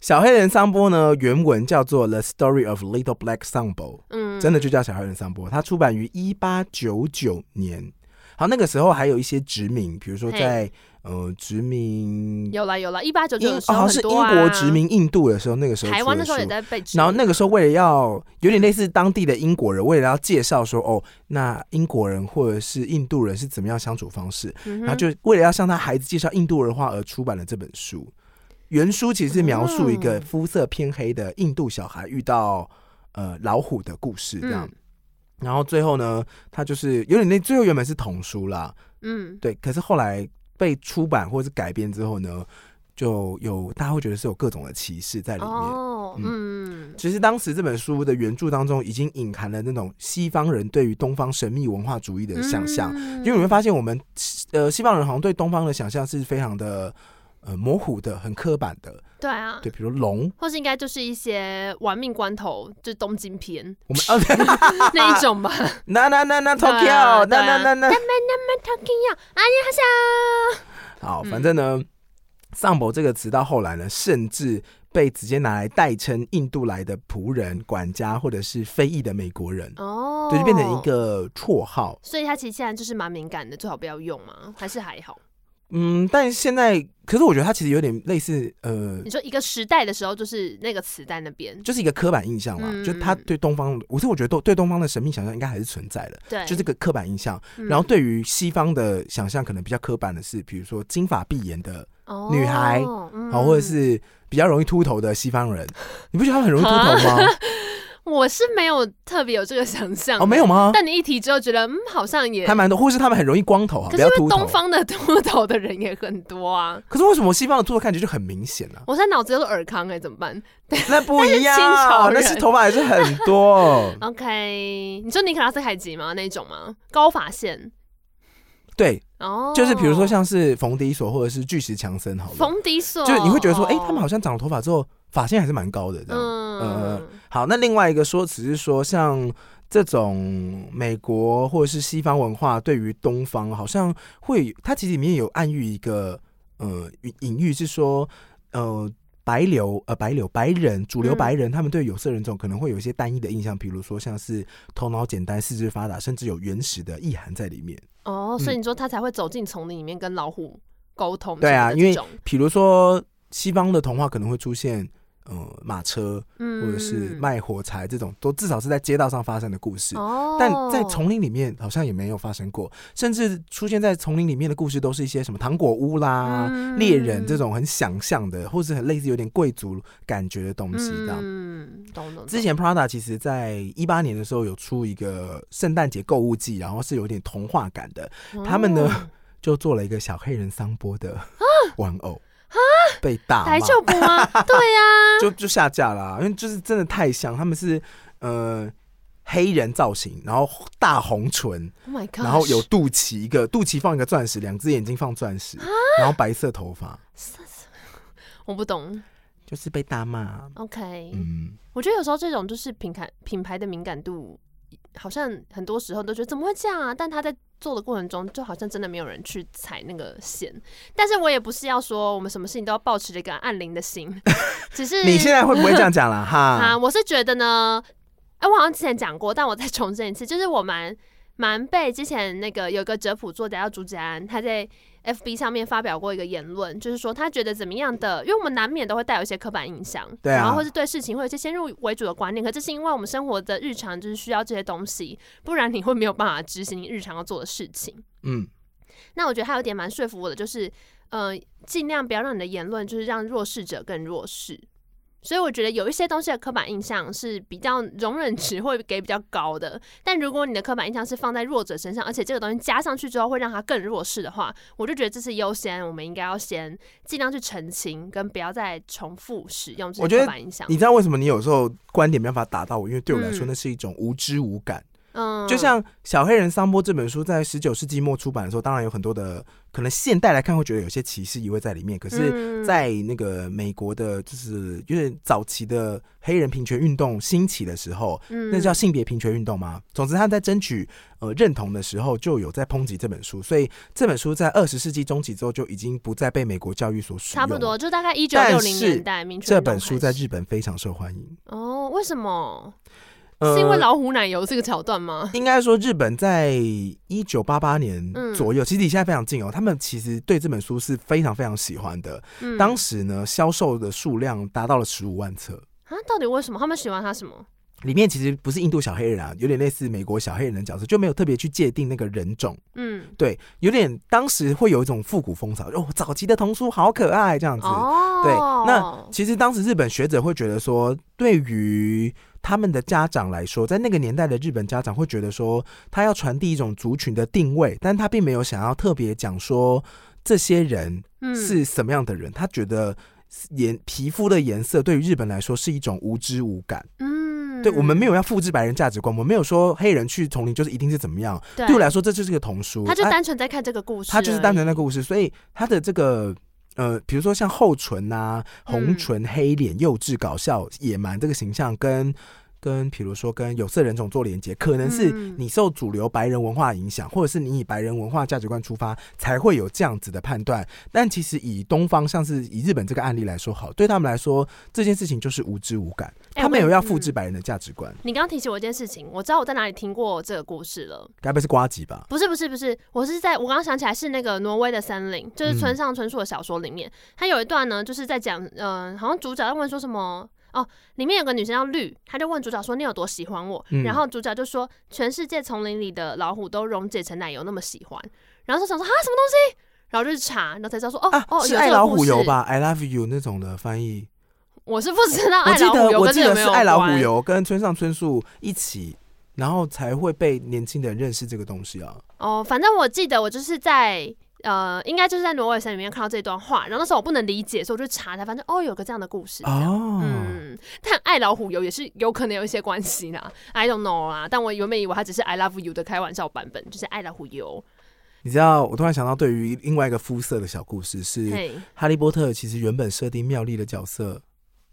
Speaker 1: 小黑人桑波呢，原文叫做《The Story of Little Black Sambo》。
Speaker 2: 嗯，
Speaker 1: 真的就叫小黑人桑波，它出版于一八九九年。好，那个时候还有一些殖民，比如说在呃殖民
Speaker 2: 有啦有啦，一八九九
Speaker 1: 英、
Speaker 2: 的时
Speaker 1: 哦
Speaker 2: 候
Speaker 1: 好像是
Speaker 2: 很
Speaker 1: 英
Speaker 2: 多啊
Speaker 1: 国殖，民印度的时候，那个时候
Speaker 2: 台湾那时候也
Speaker 1: 出的书。
Speaker 2: 在被殖
Speaker 1: 然后
Speaker 2: 民
Speaker 1: 那个时候为了要有点类似当地的英国人，为了要介绍说哦，那英国人或者是印度人是怎么样相处方式，
Speaker 2: 嗯哼
Speaker 1: 然后就为了要向他孩子介绍印度文化而出版了这本书。原书其实是描述一个
Speaker 2: 嗯
Speaker 1: 肤色偏黑的印度小孩遇到呃老虎的故事，这样。
Speaker 2: 嗯
Speaker 1: 然后最后呢，他就是有点那最后原本是童书啦，
Speaker 2: 嗯，
Speaker 1: 对，可是后来被出版或者是改编之后呢，就有大家会觉得是有各种的歧视在里面。
Speaker 2: 哦，嗯，
Speaker 1: 其实当时这本书的原著当中已经隐含了那种西方人对于东方神秘文化主义的想象，
Speaker 2: 嗯
Speaker 1: 因为你会发现我们呃西方人好像对东方的想象是非常的呃模糊的、很刻板的，
Speaker 2: 对啊，
Speaker 1: 对，比如龙，
Speaker 2: 或是应该就是一些玩命关头，就是东京片
Speaker 1: 我们呃
Speaker 2: 那一 种吧。
Speaker 1: 那那那那
Speaker 2: 对啊
Speaker 1: Tokyo，
Speaker 2: 对
Speaker 1: 那那
Speaker 2: 啊
Speaker 1: 那那。
Speaker 2: Talking 呀，哎呀，哈夏，
Speaker 1: 好，
Speaker 2: 嗯
Speaker 1: 反正呢，丧伯这个词到后来呢，甚至被直接拿来代称印度来的仆人、管家或者是非裔的美国人，
Speaker 2: 哦，
Speaker 1: 对，就变成一。个绰号。
Speaker 2: 所以他其实现在就是蛮敏感的，最好不要用嘛，还是还好。
Speaker 1: 嗯，但现在，可是我觉得它其实有点类似，呃
Speaker 2: 你，说一个时代的时候，就是那个词在那边，
Speaker 1: 就是一个刻板印象嘛，
Speaker 2: 嗯
Speaker 1: 就他对东方，我是我觉得都对东方的神秘想象应该还是存在的，
Speaker 2: 对，
Speaker 1: 就这个刻板印象。
Speaker 2: 嗯
Speaker 1: 然后对于西方的想象，可能比较刻板的是，比如说金发碧眼的，
Speaker 2: 哦
Speaker 1: 女孩
Speaker 2: 嗯
Speaker 1: 好、或者是比较容易秃头的西方 人，你不觉得他们很容易秃头吗？
Speaker 2: 我是没有特别有这个想象
Speaker 1: 哦，没有
Speaker 2: 的。
Speaker 1: 吗？
Speaker 2: 啊但你一提之后，觉得嗯，好像也
Speaker 1: 还蛮多，或是他们很容易光头啊，
Speaker 2: 可
Speaker 1: 不
Speaker 2: 是
Speaker 1: 要
Speaker 2: 因为
Speaker 1: 秃头
Speaker 2: 东。方的秃头的人也很多啊，
Speaker 1: 可是为什么西方的秃头看起来就很明显 呢、
Speaker 2: 我现在脑子都是尔康哎、怎么办
Speaker 1: 那不一样
Speaker 2: 清朝，
Speaker 1: 那
Speaker 2: 人。
Speaker 1: 是头发还是很多
Speaker 2: ？OK，你说尼可拉斯凯奇吗？那种吗？高发线
Speaker 1: 对，
Speaker 2: 哦，
Speaker 1: 就是比如说像是冯迪索或者是巨石强森好了，
Speaker 2: 冯迪索，
Speaker 1: 就你会觉得说，哎、他们好
Speaker 2: 好
Speaker 1: 像长了头发之后，发线还是蛮高的这样。
Speaker 2: 嗯
Speaker 1: 呃好，那另外一个说辞是说，像这种美国或者是西方文化对于东方，好像会，它其实里面有暗喻一个呃隐喻是说，呃。白流呃，白流白人主流
Speaker 2: 嗯
Speaker 1: 白人，他们对有色人种可能会有一些单一的印象，比如说像是头脑简单、四肢发达，甚至有原始的意涵在里面。
Speaker 2: 哦，所以你说他才会走进丛林里面跟老虎沟通什么的这种，
Speaker 1: 嗯对啊因为比如说西方的童话可能会出现呃马车
Speaker 2: 嗯
Speaker 1: 或者是卖火柴这种，都至少是在街道上发生的故事。
Speaker 2: 哦，
Speaker 1: 但在丛林里面好像也没有发生过，甚至出现在丛林里面的故事都是一些什么糖果屋啦、
Speaker 2: 嗯
Speaker 1: 啊猎、人这种很想象的，或是很类似有点贵族感觉的东西这样。
Speaker 2: 嗯，懂懂懂。
Speaker 1: 之前 Prada 其实在一八年的时候有出一个圣诞节购物季，然后是有点童话感的，他们呢
Speaker 2: 哦
Speaker 1: 就做了一个小黑人桑波的
Speaker 2: 啊
Speaker 1: 玩偶，被大骂
Speaker 2: 来就补 吗？对呀、
Speaker 1: 就就下架啦、因为就是真的太像，他们是呃黑人造型，然后大红唇，
Speaker 2: Oh my god！
Speaker 1: 然后有肚脐一个，肚脐放一个钻石，两只眼睛放钻石，
Speaker 2: 啊
Speaker 1: 然后白色头发，
Speaker 2: 我不懂。
Speaker 1: 就是被大骂。
Speaker 2: OK，、
Speaker 1: 嗯，
Speaker 2: 我觉得有时候这种就是品牌品牌的敏感度，好像很多时候都觉得怎么会这样啊？但他在做的过程中，就好像真的没有人去踩那个线。但是我也不是要说我们什么事情都要保持着一个按铃的心，只 是
Speaker 1: 你现在会不会这样讲啦？
Speaker 2: 啊，
Speaker 1: 哈，
Speaker 2: 我是觉得呢，哎、我好像之前讲过，但我再重申一次，就是我蛮蛮被之前那个有个哲普作家叫朱家安，他在 FB 上面发表过一个言论，就是说他觉得怎么样的，因为我们难免都会带有一些刻板印象，
Speaker 1: 对啊
Speaker 2: 然后或是对事情会有一些先入为主的观念，可这是因为我们生活的日常就是需要这些东西，不然你会没有办法执行你日常要做的事情。
Speaker 1: 嗯，
Speaker 2: 那我觉得还有一点蛮说服我的，就是呃，尽量不要让你的言论就是让弱势者更弱势。所以我觉得有一些东西的刻板印象是比较容忍值会给比较高的，但如果你的刻板印象是放在弱者身上，而且这个东西加上去之后会让他更弱势的话，我就觉得这是优先，我们应该要先尽量去澄清，跟不要再重复使用这
Speaker 1: 我
Speaker 2: 些
Speaker 1: 觉得
Speaker 2: 刻板印象
Speaker 1: 你。知道为什么你有时候观点没办法打到我？因为对我来说，
Speaker 2: 嗯
Speaker 1: 那是一种无知无感。
Speaker 2: 嗯
Speaker 1: 就像《小黑人桑波》这本书在十九世纪末出版的时候，当然有很多的可能现代来看会觉得有些歧视意味在里面，可是。
Speaker 2: 是
Speaker 1: 在那个美国的，就是有点早期的黑人平权运动兴起的时候，
Speaker 2: 那
Speaker 1: 那叫性别平权运动吗？总之，他在争取呃认同的时候，就有在抨击这本书，所以这本书在二十世纪中期之后就已经不再被美国教育所使用。
Speaker 2: 差不多，。就大概一九六
Speaker 1: 但
Speaker 2: 零
Speaker 1: 是
Speaker 2: 年代，明确
Speaker 1: 这
Speaker 2: 运动
Speaker 1: 本书
Speaker 2: 开
Speaker 1: 在
Speaker 2: 始
Speaker 1: 日本非常受欢迎，
Speaker 2: 哦，为什么？
Speaker 1: 呃
Speaker 2: 是因为老虎奶油这个桥段吗？
Speaker 1: 应该说日本在一九八八年
Speaker 2: 嗯
Speaker 1: 左右，其实离现在非常近哦。他们其实对这本书是非常非常喜欢的。
Speaker 2: 嗯
Speaker 1: 当时呢，销售的数量达到了十五万册。
Speaker 2: 啊，到底为什么他们喜欢他什么？
Speaker 1: 里面其实不是印度小黑人啊，有点类似美国小黑人的角色，就没有特别去界定那个人种。
Speaker 2: 嗯，
Speaker 1: 对，有点当时会有一种复古风潮，哦，早期的童书好可爱这样子。
Speaker 2: 哦，
Speaker 1: 对那其实当时日本学者会觉得说，对于他们的家长来说，在那个年代的日本家长会觉得说，他要传递一种族群的定位，但他并没有想要特别讲说这些人
Speaker 2: 嗯
Speaker 1: 是什么样的人，他觉得。颜皮肤的颜色对于日本来说是一种无知无感，
Speaker 2: 嗯，
Speaker 1: 对我们没有要复制白人价值观，我们没有说黑人去丛林就是一定是怎么样。
Speaker 2: 对
Speaker 1: 对我来说，这就是一个童书，
Speaker 2: 他就
Speaker 1: 啊
Speaker 2: 单纯在看这个故事而已，
Speaker 1: 他就是单纯那个故事，所以他的这个呃，比如说
Speaker 2: 嗯
Speaker 1: 像厚唇啊、红唇、黑脸、幼稚、搞笑、野蛮这个形象跟。跟比如说跟有色人种做连接，可能是
Speaker 2: 嗯
Speaker 1: 你受主流白人文化影响，或者是你以白人文化价值观出发，才会有这样子的判断。但其实以东方，像是以日本这个案例来说，好，对他们来说这件事情就是无知无感，
Speaker 2: 哎
Speaker 1: 他没有
Speaker 2: 我
Speaker 1: 要复
Speaker 2: 嗯
Speaker 1: 制白人的价值观，
Speaker 2: 你刚刚提醒我一件事情，我知道我在哪里听过这个故事了。
Speaker 1: 该不会是瓜吉吧？
Speaker 2: 不是不是不是，我是在我刚刚想起来是那个挪威的森林，就是
Speaker 1: 嗯
Speaker 2: 村上春树的小说里面，他有一段呢，就是在讲，嗯、好像主角在问说什么。哦，里面有个女生叫绿，她就问主角说：“你有多喜欢我？”
Speaker 1: 嗯
Speaker 2: 然后主角就说：“全世界丛林里的老虎都溶解成奶油，那么喜欢。”然后就想说：“啊，什么东西？”然后就去查，然后才知道说：“哦、
Speaker 1: 啊，
Speaker 2: 哦，
Speaker 1: 是
Speaker 2: 有
Speaker 1: 爱
Speaker 2: 这个
Speaker 1: 老
Speaker 2: 故
Speaker 1: 虎油
Speaker 2: 事？
Speaker 1: 吧？I love you 那种的翻译，
Speaker 2: 我是不知道
Speaker 1: 我
Speaker 2: 爱
Speaker 1: 记
Speaker 2: 老虎
Speaker 1: 得
Speaker 2: 油
Speaker 1: 我
Speaker 2: 跟
Speaker 1: 记
Speaker 2: 这
Speaker 1: 得
Speaker 2: 个没
Speaker 1: 是
Speaker 2: 有
Speaker 1: 爱老虎
Speaker 2: 关。
Speaker 1: 油跟村上春树一起，然后才会被年轻人认识这个东西啊。
Speaker 2: 哦，反正我记得我就是在呃，应该就是在挪威森林里面看到这段话，然后那时候我不能理解，所以我就查才发现哦，有个这样的故事。
Speaker 1: 哦，
Speaker 2: 嗯，但爱老虎油也是有可能有一些关系啦，I don't know 啦。但我原本以为它只是 I love you 的开玩笑版本，就是爱老虎油。
Speaker 1: 你知道，我突然想到，对于另外一个肤色的小故事是，《
Speaker 2: 嘿，
Speaker 1: 哈利波特》其实原本设定妙丽的角色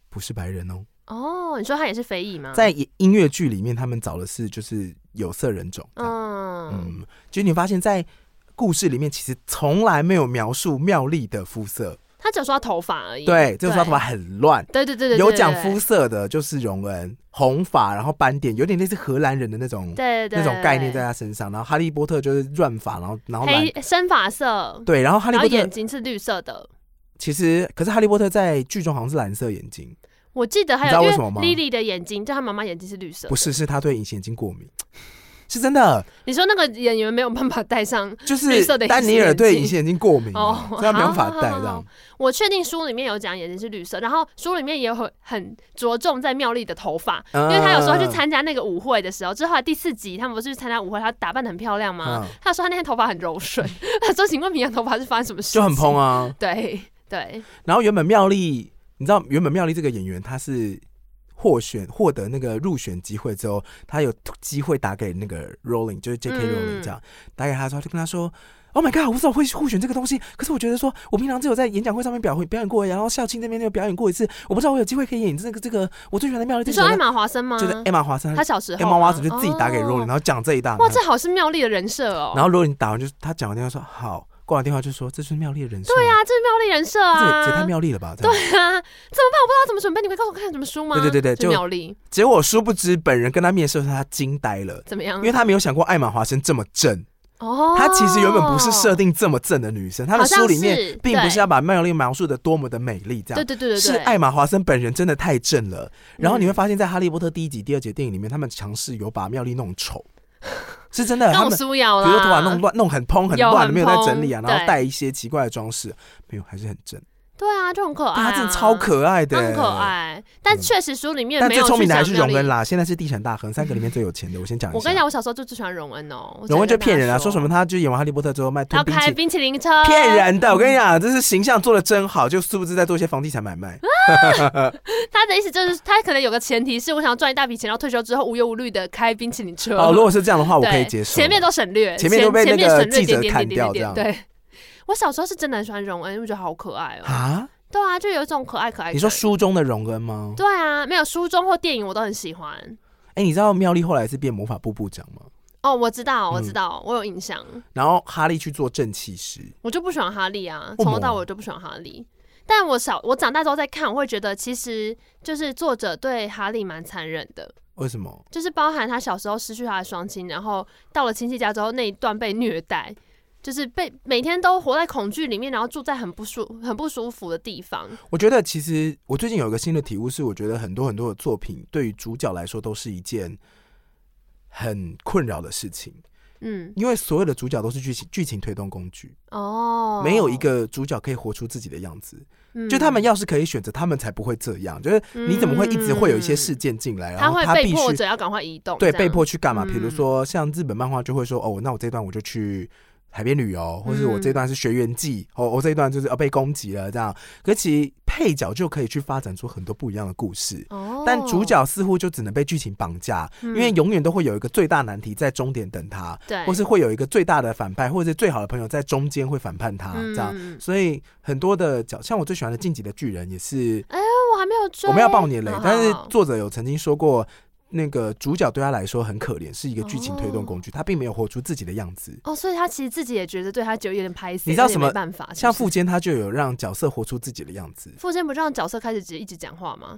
Speaker 1: 不是白人哦，
Speaker 2: 哦，你说它也是非裔吗？
Speaker 1: 在音音乐剧里面，他们找的是就是有色人种。这样
Speaker 2: 嗯，
Speaker 1: 嗯，就你发现，在故事里面其实从来没有描述妙丽的肤色，
Speaker 2: 他只有说他头发而已。
Speaker 1: 对，这个说头发很乱，
Speaker 2: 对对对对，对
Speaker 1: 有讲。
Speaker 2: 对
Speaker 1: 肤色的，就是容恩红发，然后斑点，有点类似荷兰人的那种
Speaker 2: 对对对
Speaker 1: 那种概念在他身上。然后哈利波特就是乱发，然后然后蓝
Speaker 2: 黑深发色，
Speaker 1: 对，然后哈利
Speaker 2: 然后
Speaker 1: 波
Speaker 2: 眼
Speaker 1: 特
Speaker 2: 睛是绿色的。
Speaker 1: 其实可是哈利波特在剧中好像是蓝色眼睛，
Speaker 2: 我记得还
Speaker 1: 你知
Speaker 2: 有
Speaker 1: 道
Speaker 2: 因
Speaker 1: 为什么吗
Speaker 2: Lily 的眼睛，就她妈妈眼睛是绿色的
Speaker 1: 不。是，是他对隐形眼镜过敏， 是真的，
Speaker 2: 你说那个演员没有办法戴上，
Speaker 1: 就是
Speaker 2: 绿色的隐
Speaker 1: 丹尼
Speaker 2: 形
Speaker 1: 尔
Speaker 2: 眼
Speaker 1: 对
Speaker 2: 镜
Speaker 1: 隐形眼镜过敏
Speaker 2: 哦
Speaker 1: 啊，所以他没有法
Speaker 2: 好
Speaker 1: 戴
Speaker 2: 好
Speaker 1: 这样。
Speaker 2: 我确定书里面有讲眼睛是绿色，然后书里面也有很很着重在妙丽的头发， 因
Speaker 1: 因
Speaker 2: 为她有时
Speaker 1: 嗯
Speaker 2: 候去参加那个舞会的时候，之后来第四集他们不是去参加舞会，她打扮的很漂亮吗？
Speaker 1: 嗯
Speaker 2: 她说她那天头发很柔顺， 她说请问平常头发是发生什么事？
Speaker 1: 就很蓬，啊。
Speaker 2: 对对，
Speaker 1: 然后原本妙丽，你知道原本妙丽这个演员，她是获选获得那个入选机会之后，她有机会打给那个 Rolling，就是 J.K.
Speaker 2: 嗯
Speaker 1: Rolling 这样、打给他之后，就跟他说。Oh my god！我知道会互选这个东西，可是我觉得说，我平常只有在演讲会上面表会表演过，然后校庆那边有表演过一次，我不知道我有机会可以演这个这个我最喜欢的妙丽这
Speaker 2: 你
Speaker 1: 个角
Speaker 2: 说
Speaker 1: 色。
Speaker 2: 艾玛华森吗？
Speaker 1: 就是艾玛华森，
Speaker 2: 她小时候
Speaker 1: 艾
Speaker 2: 吗，
Speaker 1: 玛华森就自己打给 Rolling，、
Speaker 2: 哦
Speaker 1: 然后讲这一大
Speaker 2: 哇，
Speaker 1: 段，
Speaker 2: 这好是妙丽的人设哦。
Speaker 1: 然后 Rolling 打完就他讲完电话说好，挂完电话就说这是妙丽的人设，对
Speaker 2: 对啊，这是妙丽人
Speaker 1: 这
Speaker 2: 设
Speaker 1: 也
Speaker 2: 啊，
Speaker 1: 这也太妙丽了吧？这
Speaker 2: 对
Speaker 1: 样
Speaker 2: 啊，怎么办？我不知道怎么准备，你会告诉我看什么书吗？
Speaker 1: 对对对对
Speaker 2: 就
Speaker 1: 就
Speaker 2: 妙丽
Speaker 1: 结果殊不知，本人跟他面试的时候，他惊呆了，
Speaker 2: 怎么样
Speaker 1: 因？为他没有想过艾玛华森这么正。
Speaker 2: 嗯哦，
Speaker 1: 她其实原本不是设，定这么正的女生，她的书里
Speaker 2: 好像是
Speaker 1: 面并不是要把妙丽描述的多么的美丽，这
Speaker 2: 哦对
Speaker 1: 样。
Speaker 2: 对对对对，
Speaker 1: 是艾玛华森本人真的太正了，然后你
Speaker 2: 嗯
Speaker 1: 会发现在《哈利波特》第一集、第二集的电影里面，他们尝试有把妙丽弄 丑，是真的。
Speaker 2: 那
Speaker 1: 呃他
Speaker 2: 种
Speaker 1: 们
Speaker 2: 苏瑶
Speaker 1: 比
Speaker 2: 啦，
Speaker 1: 如说头发弄乱、弄很蓬、很
Speaker 2: 啊有
Speaker 1: 乱，
Speaker 2: 很
Speaker 1: 没有在整理啊，
Speaker 2: 蓬
Speaker 1: 然后
Speaker 2: 对
Speaker 1: 戴一些奇怪的装饰，没有，还是很正。
Speaker 2: 对啊，就很可爱、
Speaker 1: 但
Speaker 2: 啊，
Speaker 1: 她真的超，可爱的，嗯
Speaker 2: 很可。爱。但确实书里面
Speaker 1: 但
Speaker 2: 没
Speaker 1: 最
Speaker 2: 有
Speaker 1: 聪明的
Speaker 2: 去
Speaker 1: 还
Speaker 2: 讲
Speaker 1: 是
Speaker 2: 妙
Speaker 1: 荣恩
Speaker 2: 丽。
Speaker 1: 啦，现在是地产大亨三个里面最有钱的。我先讲一下，
Speaker 2: 我跟你讲，我小时候就最喜欢荣恩哦，
Speaker 1: 荣恩就骗人啊，说
Speaker 2: 说
Speaker 1: 什么他就演完《哈利波特》之后卖
Speaker 2: 他
Speaker 1: 吞
Speaker 2: 要
Speaker 1: 冰
Speaker 2: 开
Speaker 1: 淇淋，
Speaker 2: 冰淇嗯淋车，
Speaker 1: 骗。人的。我跟你讲，这是形象做的真好，就是不是在做一些房地产买卖？
Speaker 2: 他的意思就是，他可能有个前提是，我想要赚一大笔钱，然后退休之后无忧无虑的开冰淇淋车。
Speaker 1: 哦，如果是这样的话，我
Speaker 2: 对
Speaker 1: 可以接受。
Speaker 2: 前面都省略，
Speaker 1: 前面都被
Speaker 2: 前
Speaker 1: 那个
Speaker 2: 前面省略
Speaker 1: 记者
Speaker 2: 点点
Speaker 1: 砍
Speaker 2: 点点
Speaker 1: 掉这
Speaker 2: 点
Speaker 1: 样
Speaker 2: 对，我小时候是真的很喜欢荣恩，因为我觉得好可爱哦。
Speaker 1: 啊，
Speaker 2: 对啊，就有一种可爱可爱。
Speaker 1: 你说？书中的荣恩吗？
Speaker 2: 对啊，没有书中或电影我都很喜欢。
Speaker 1: 哎，你知道妙丽后来是变魔法部部长吗？
Speaker 2: 哦，我知道，我
Speaker 1: 嗯
Speaker 2: 知道，我有印象。
Speaker 1: 然后哈利去做正气师，
Speaker 2: 我就不喜欢哈利啊，
Speaker 1: 为什么
Speaker 2: 从头到尾我就不喜欢哈利。但我小我长大之后再看，我会觉得其实就是作者对哈利蛮残忍的，
Speaker 1: 为什么？
Speaker 2: 就是包含他小时候失去他的双亲，然后到了亲戚家之后那一段被虐待，就是被每天都活在恐惧里面，然后住在很不舒很不舒服的地方。
Speaker 1: 我觉得其实我最近有一个新的体悟，是我觉得很多很多的作品对于主角来说都是一件很困扰的事情，
Speaker 2: 嗯，
Speaker 1: 因为所有的主角都是剧情剧情推动工具，
Speaker 2: 哦，
Speaker 1: 没有一个主角可以活出自己的样子。
Speaker 2: 嗯，
Speaker 1: 就他们要是可以选择，他们才不会这样。就是你怎么会一直会有一些事件进来，然
Speaker 2: 嗯他
Speaker 1: 后
Speaker 2: 会
Speaker 1: 他
Speaker 2: 被
Speaker 1: 必
Speaker 2: 迫
Speaker 1: 须
Speaker 2: 着要赶快移动，
Speaker 1: 对
Speaker 2: 这样
Speaker 1: 被迫去干嘛？
Speaker 2: 嗯
Speaker 1: 比如说像日本漫画就会说，哦，那我这段我就去。海边旅
Speaker 2: 嗯
Speaker 1: 游，或是我这段是学员记，哦，我这一段就是呃被攻击了这样。可其实配角就可以去发展出很多不一样的故事，
Speaker 2: 哦，嗯
Speaker 1: 但主角似乎就只能被剧情绑架，
Speaker 2: 因
Speaker 1: 因为永远都会有一个最大难题在终点等他，
Speaker 2: 对，
Speaker 1: 或是会有一个最大的反派，或者是最好的朋友在中间会反叛他啊这样。
Speaker 2: 嗯
Speaker 1: 所以很多的角，像我最喜欢的《晋级的巨人》也是，
Speaker 2: 我还没有追，
Speaker 1: 我们要爆年雷
Speaker 2: 好，
Speaker 1: 但是
Speaker 2: 好好
Speaker 1: 作者有曾经说过，那个主角对他来说很可怜，是一个剧情推动工具，他并没有活出自己的样子。
Speaker 2: 哦，所以他其实自己也觉得对他就有点拍死，
Speaker 1: 你知道
Speaker 2: 但也
Speaker 1: 什么
Speaker 2: 没办法，是不
Speaker 1: 像
Speaker 2: 是
Speaker 1: 富坚，他就有让角色活出自己的样子。
Speaker 2: 傅坚不是让角色开始只一直讲话吗？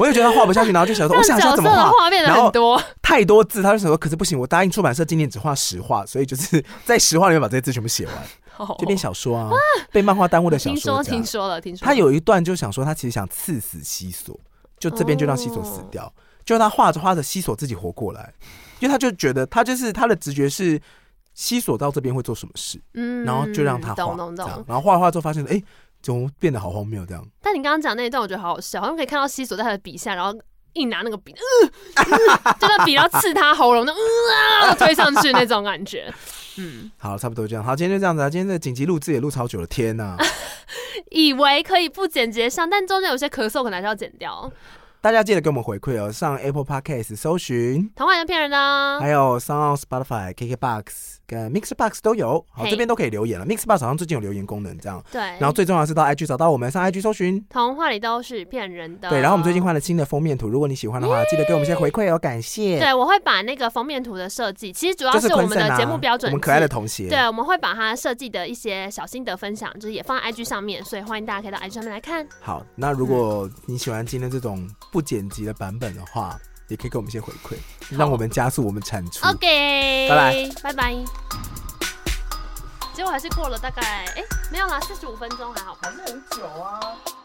Speaker 1: 我也觉得他画不下去，然后就想 说，
Speaker 2: 让
Speaker 1: 我想一
Speaker 2: 角
Speaker 1: 下
Speaker 2: 色
Speaker 1: 怎么画
Speaker 2: 的。画变得
Speaker 1: 然后
Speaker 2: 很多，
Speaker 1: 太多字，他就想说，可是不行，我答应出版社今年只画十话，所以就是在十话里面把这些字全部写完，
Speaker 2: 哦
Speaker 1: 就变小说啊，被漫画耽误的小
Speaker 2: 听
Speaker 1: 说
Speaker 2: 说
Speaker 1: 家
Speaker 2: 听。说了，听说
Speaker 1: 他
Speaker 2: 了
Speaker 1: 有一段就想说，他其实想刺死西索，就这边就让西索
Speaker 2: 哦
Speaker 1: 死掉，就他画着画着，西索自己活过来，因为他就觉得他就是他的直觉是西索到这边会做什么事，
Speaker 2: 嗯
Speaker 1: 然后就让他画
Speaker 2: 懂，懂
Speaker 1: 这样
Speaker 2: 懂。
Speaker 1: 然后画了画之后发现，哎、怎么变得好荒谬这样？
Speaker 2: 但你刚刚讲那一段，我觉得好好笑，好像可以看到西索在他的笔下，然后硬拿那个笔，呃、呃 就那笔要刺他喉咙，那呃啊 推上去那种感觉。嗯，
Speaker 1: 好，差不多这样。好，今天就这样子啊。今天的紧急录制也录超久了，天 呐、
Speaker 2: 以为可以不剪接上，但中间有些咳嗽可能还是要剪掉。
Speaker 1: 大家记得给我们回馈哦，上 Apple Podcast 搜寻，
Speaker 2: 童话人骗人的啊、
Speaker 1: 还有 Sound、Spotify、KKBox 跟 Mixbox 都有，好，
Speaker 2: 嘿
Speaker 1: 这边都可以留言了。Mixbox 好像最近有留言功能，这样。
Speaker 2: 对，
Speaker 1: 然后最重要的是到
Speaker 2: 哎
Speaker 1: IG 找到我们，上 IG 搜寻。
Speaker 2: 童话里都是骗人的。
Speaker 1: 对，然后我们最近。换了新的封面图，如果你喜欢的话，记得给我们一些回馈哦，感谢。
Speaker 2: 对，我会把那个封面图的设计，其实主
Speaker 1: 就
Speaker 2: 要
Speaker 1: 是
Speaker 2: 我
Speaker 1: 坤
Speaker 2: 们
Speaker 1: 盛
Speaker 2: 的
Speaker 1: 啊，
Speaker 2: 节目标准，
Speaker 1: 我们可爱的。同学。
Speaker 2: 对，我们会把它设计的一些小心得分享，就是也放在 IG 上面，所以欢迎大家可以到 IG 上面来看。
Speaker 1: 好，那如果你喜欢今天这种不剪辑的版本的话，也可以给我们一些回馈，让我们加速我们产出。
Speaker 2: OK，
Speaker 1: 拜
Speaker 2: 拜，拜拜。结果还是过了大概，哎、没有啦，四十五分钟还好吧。
Speaker 1: 还是很久啊。